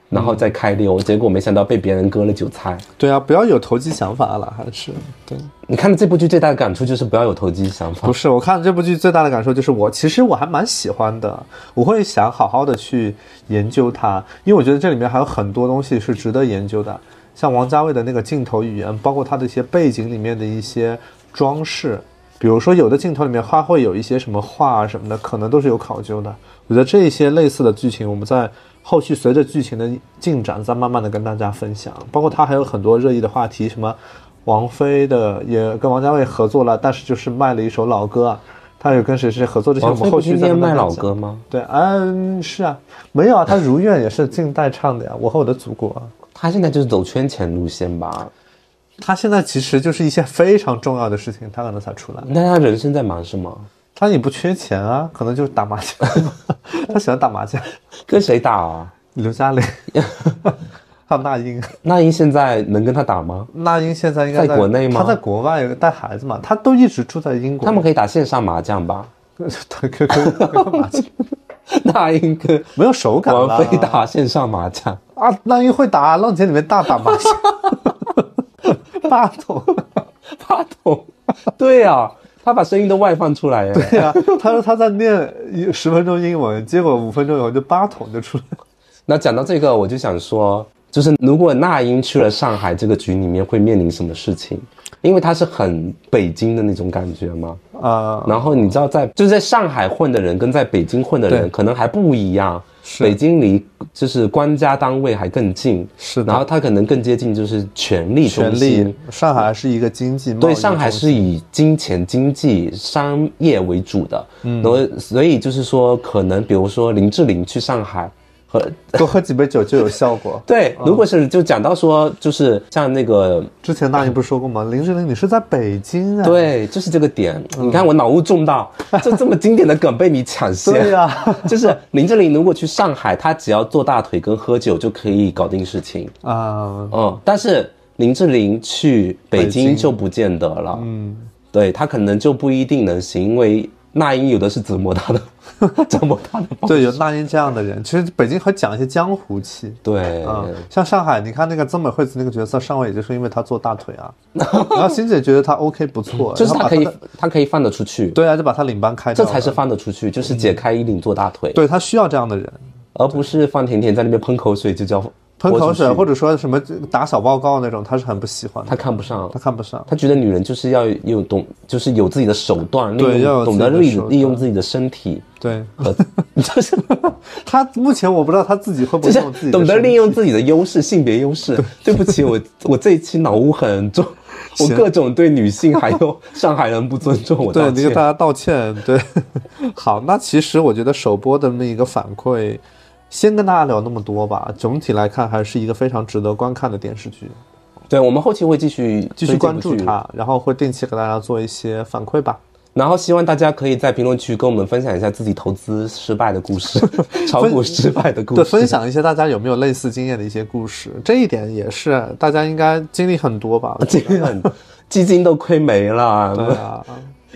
然
嗯
后再开溜，结果没想到被别人割了韭菜。
对啊，不要有投机想法了，还是对。
你看了这部剧最大的感触就是不要有投机想法
不。是，我看这部剧最大的感受就是我，其实我还蛮喜欢的，我会想好好的去研究它，因为我觉得这里面还有很多东西是值得研究的，像王家卫的那个镜头语言，包括他的一些背景里面的一些装饰，比如说有的镜头里面它会有一些什么画啊什么的，可能都是有考究的。我觉得这一些类似的剧情，我们在后续随着剧情的进展，再慢慢的跟大家分享。包括它还有很多热议的话题，什么王菲的也跟王家卫合作了，但是就是卖了一首老歌啊。他有跟谁谁合作这些，我
王
们
菲
后
不
续
今
再
天
跟大
卖
家
老
讲。
歌吗？
对，嗯，是啊，没有啊，他《如愿》也是近代唱的呀，《我和我的祖国》啊。
他现在就是走圈钱路线吧？
他现在其实就是一些非常重要的事情，他可能才出来。
那他人生在忙什么？
他也不缺钱啊，可能就是打麻将，他喜欢打麻将。
跟谁打啊？
刘嘉
(laughs)
玲，还有那英，
那英现在能跟他打吗？
那英现在应该
在国内吗
他在国外有个带孩子嘛，他都一直住在英国。 (laughs)
他们可以打线上麻将吧？ (laughs)
他 QQ 麻将
那英跟
没有手感了。
王菲打线上麻将， (laughs)
啊，那英会打《浪姐》里面大打麻 (laughs) 将，霸总。
八筒， (laughs) 对啊，他把声音都外放出来耶。
对啊，他说他在念十分钟英文，结果五分钟以后就八桶就出来。
那讲到这个，我就想说，就是如果那英去了上海这个局里面，会面临什么事情？因为她是很北京的那种感觉嘛。
啊、
然后你知道在，就是在上海混的人跟在北京混的
对
人可能还不一样。
是
北京离就是官家单位还更近，
是的
然后他可能更接近就是权力中
权
心。
力，上海是一个经济贸易
对，上海
中
是以金钱、经济、商业为主的，嗯，然后所以就是说，可能比如说林志玲去上海和。
多喝几杯酒就有效 (laughs) 果
对，如果是就讲到说，就是像那个
之前大英不是说过吗？林志玲，你是在北京啊？
对，就是这个点，
嗯
你看我脑雾
(laughs)
重到，就这么经典的梗被你抢先，
对呀、
(laughs) 就是林志玲如果去上海，她只要坐大腿跟喝酒就可以搞定事情，
啊、
嗯，但是林志玲去北
北京
京就不见得了，嗯，对她可能就不一定能行，因为那英有的是折磨
(laughs)
她的，折磨她的方，
对，有那英这样的人，其实北京还讲一些江湖气。
对，
嗯，像上海，你看那个曾美惠子那个角色上位，也就是因为她做大腿
(laughs)
啊。然后欣姐觉得她 OK 不错，
就是
然后把
她可以
她的，
她可以放得出去，
对嗯啊，就把她领班开
这
掉了。
才是放得出去，就是解开衣领做大腿，
对她需要这样的人，
而不是放甜甜在那边喷口水就叫
喷口水啊或
者
者说什么打小报告那种，她是很不喜欢的，
她看不上
她。看不上。
她觉得女人就是要有懂，就是有自己的手段，利
对要有
用懂得
自己的
利
手段
利用自己的
(laughs)
身体
对
和就是
她目前我不知道她自己会不
就
会用自己的
是懂得
身体
利用自己的优势，性别优势。 (laughs) 对不起，我我这一期脑雾
(laughs)
很重，我各种对女性还有上海人不尊重，我
对，
道
你给大
歉。
家道歉。对， (laughs) 好，那其实我觉得首播的那么一个反馈，先跟大家聊那么多吧。总体来看，还是一个非常值得观看的电视剧，
对，我们后期会继续
继续
推这
关
部
注
剧，
它，然后会定期给大家做一些反馈吧。
然后希望大家可以在评论区跟我们分享一下自己投资失败的
(laughs)
故事，炒股失败的故
对，
事。
分享一些大家有没有类似经验的一些故事，这一点也是大家应该经历很多吧？
这个很基金都亏没
对
了， (laughs)
啊，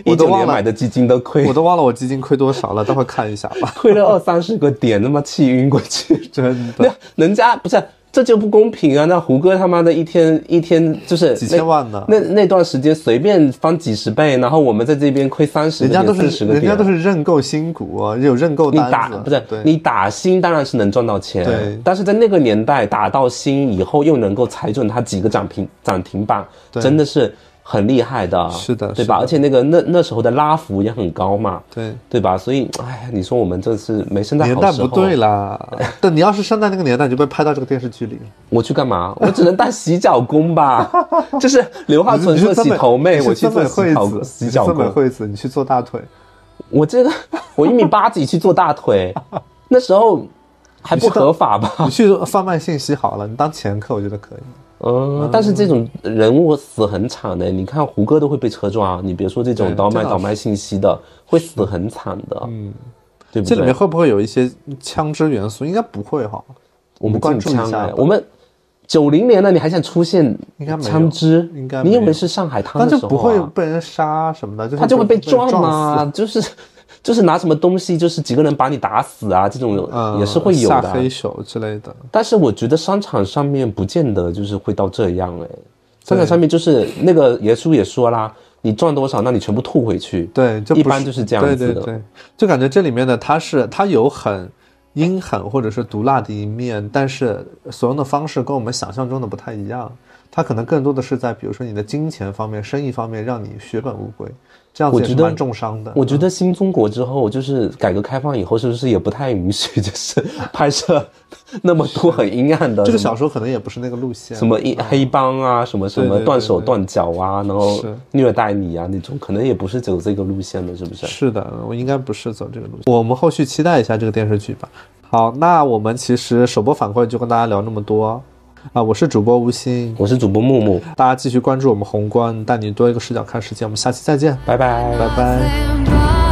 一
我都
九
忘
年买
(laughs) 了，
的基金都亏
我，都忘了我基金亏多少了，待会儿看一下
(laughs)
吧。
亏了二三十个点，他妈气晕过去。
真的
那人家不是，这就不公平啊！那胡歌他妈的一天一天就是
几千万呢
那那那段时间随便翻几十倍，然后我们在这边亏三十
人
个
家都
点、四十
是
个
人
点，啊
家都是认购新股啊，有认购
你
单子，
打不是
对
你打新当然是能赚到钱，
对
但是在那个年代打到新以后又能够踩准它几个涨停涨停板，
对
真的是很厉害的，
是的
对
是的
吧？而且那个那那时候的拉幅也很高嘛，
对。
对吧？所以哎，你说我们这是没生在
年
好
代
时
不
候，
对啦，
(laughs)
但你要是生在那个年代，你就被拍到这个电视剧里。
我去干嘛？我只能当洗脚
(laughs)
工吧，就是刘浩
你是
存
你是
做洗
曾美
头妹，
你是
我去
曾
做
美
洗
惠
头
子，
洗脚
你是曾美
工。
惠子，你去做大
(laughs)
腿，
我这个我一米八几去做大腿，那时候还不合法吧？
你去贩卖信息好了，你当前客我觉得可以。
嗯，但是这种人物死很惨的，你看胡歌都会被车撞，啊你别说这种
对
倒卖
这倒
倒卖信息的，会死很惨的。嗯，对不
这里面
对？
会不会有一些枪支元素？应该不会哈，
我们
关
禁
注一
枪
下
哎
吧，
我们九零年了，你还想出现
应该没有
枪支？
应该
你以
没有
为是上海滩
但
的时
就
候
不
啊？
会被人杀什么的，就是
他就会被撞
撞死。
啊，就是 (laughs) 就是拿什么东西，就是几个人把你打死啊，这种也是会有的。
呃
啊
下黑手之类的，
但是我觉得商场上面不见得就是会到这样哎，商
对
场上面就是那个爷叔也说啦，你赚多少，那你全部吐回去。
对，就
一
不
般就是这样子
对
的
对对，就感觉这里面的他是他有很阴狠或者是毒辣的一面，但是所用的方式跟我们想象中的不太一样。他可能更多的是在比如说你的金钱方面、生意方面让你血本无归，这样子
我
也是
觉得
蛮重伤的。
我觉得新中国之后，就是改革开放以后，是不是也不太允许就是拍摄那么多很阴暗的
这个
什么
小说可能也不是那个路线，
什么一黑帮啊，什么什
对
么
对
断手断脚啊，然后
是
虐待你啊那种，可能也不是走这个路线的，是不是？
是的，我应该不是走这个路线。我们后续期待一下这个电视剧吧。好，那我们其实首播反馈就跟大家聊那么多啊，我是主播吴昕，
我是主播木木，
大家继续关注我们宏观，带你多一个视角看世界。我们下期再见，
拜拜
拜拜。
Saying bye.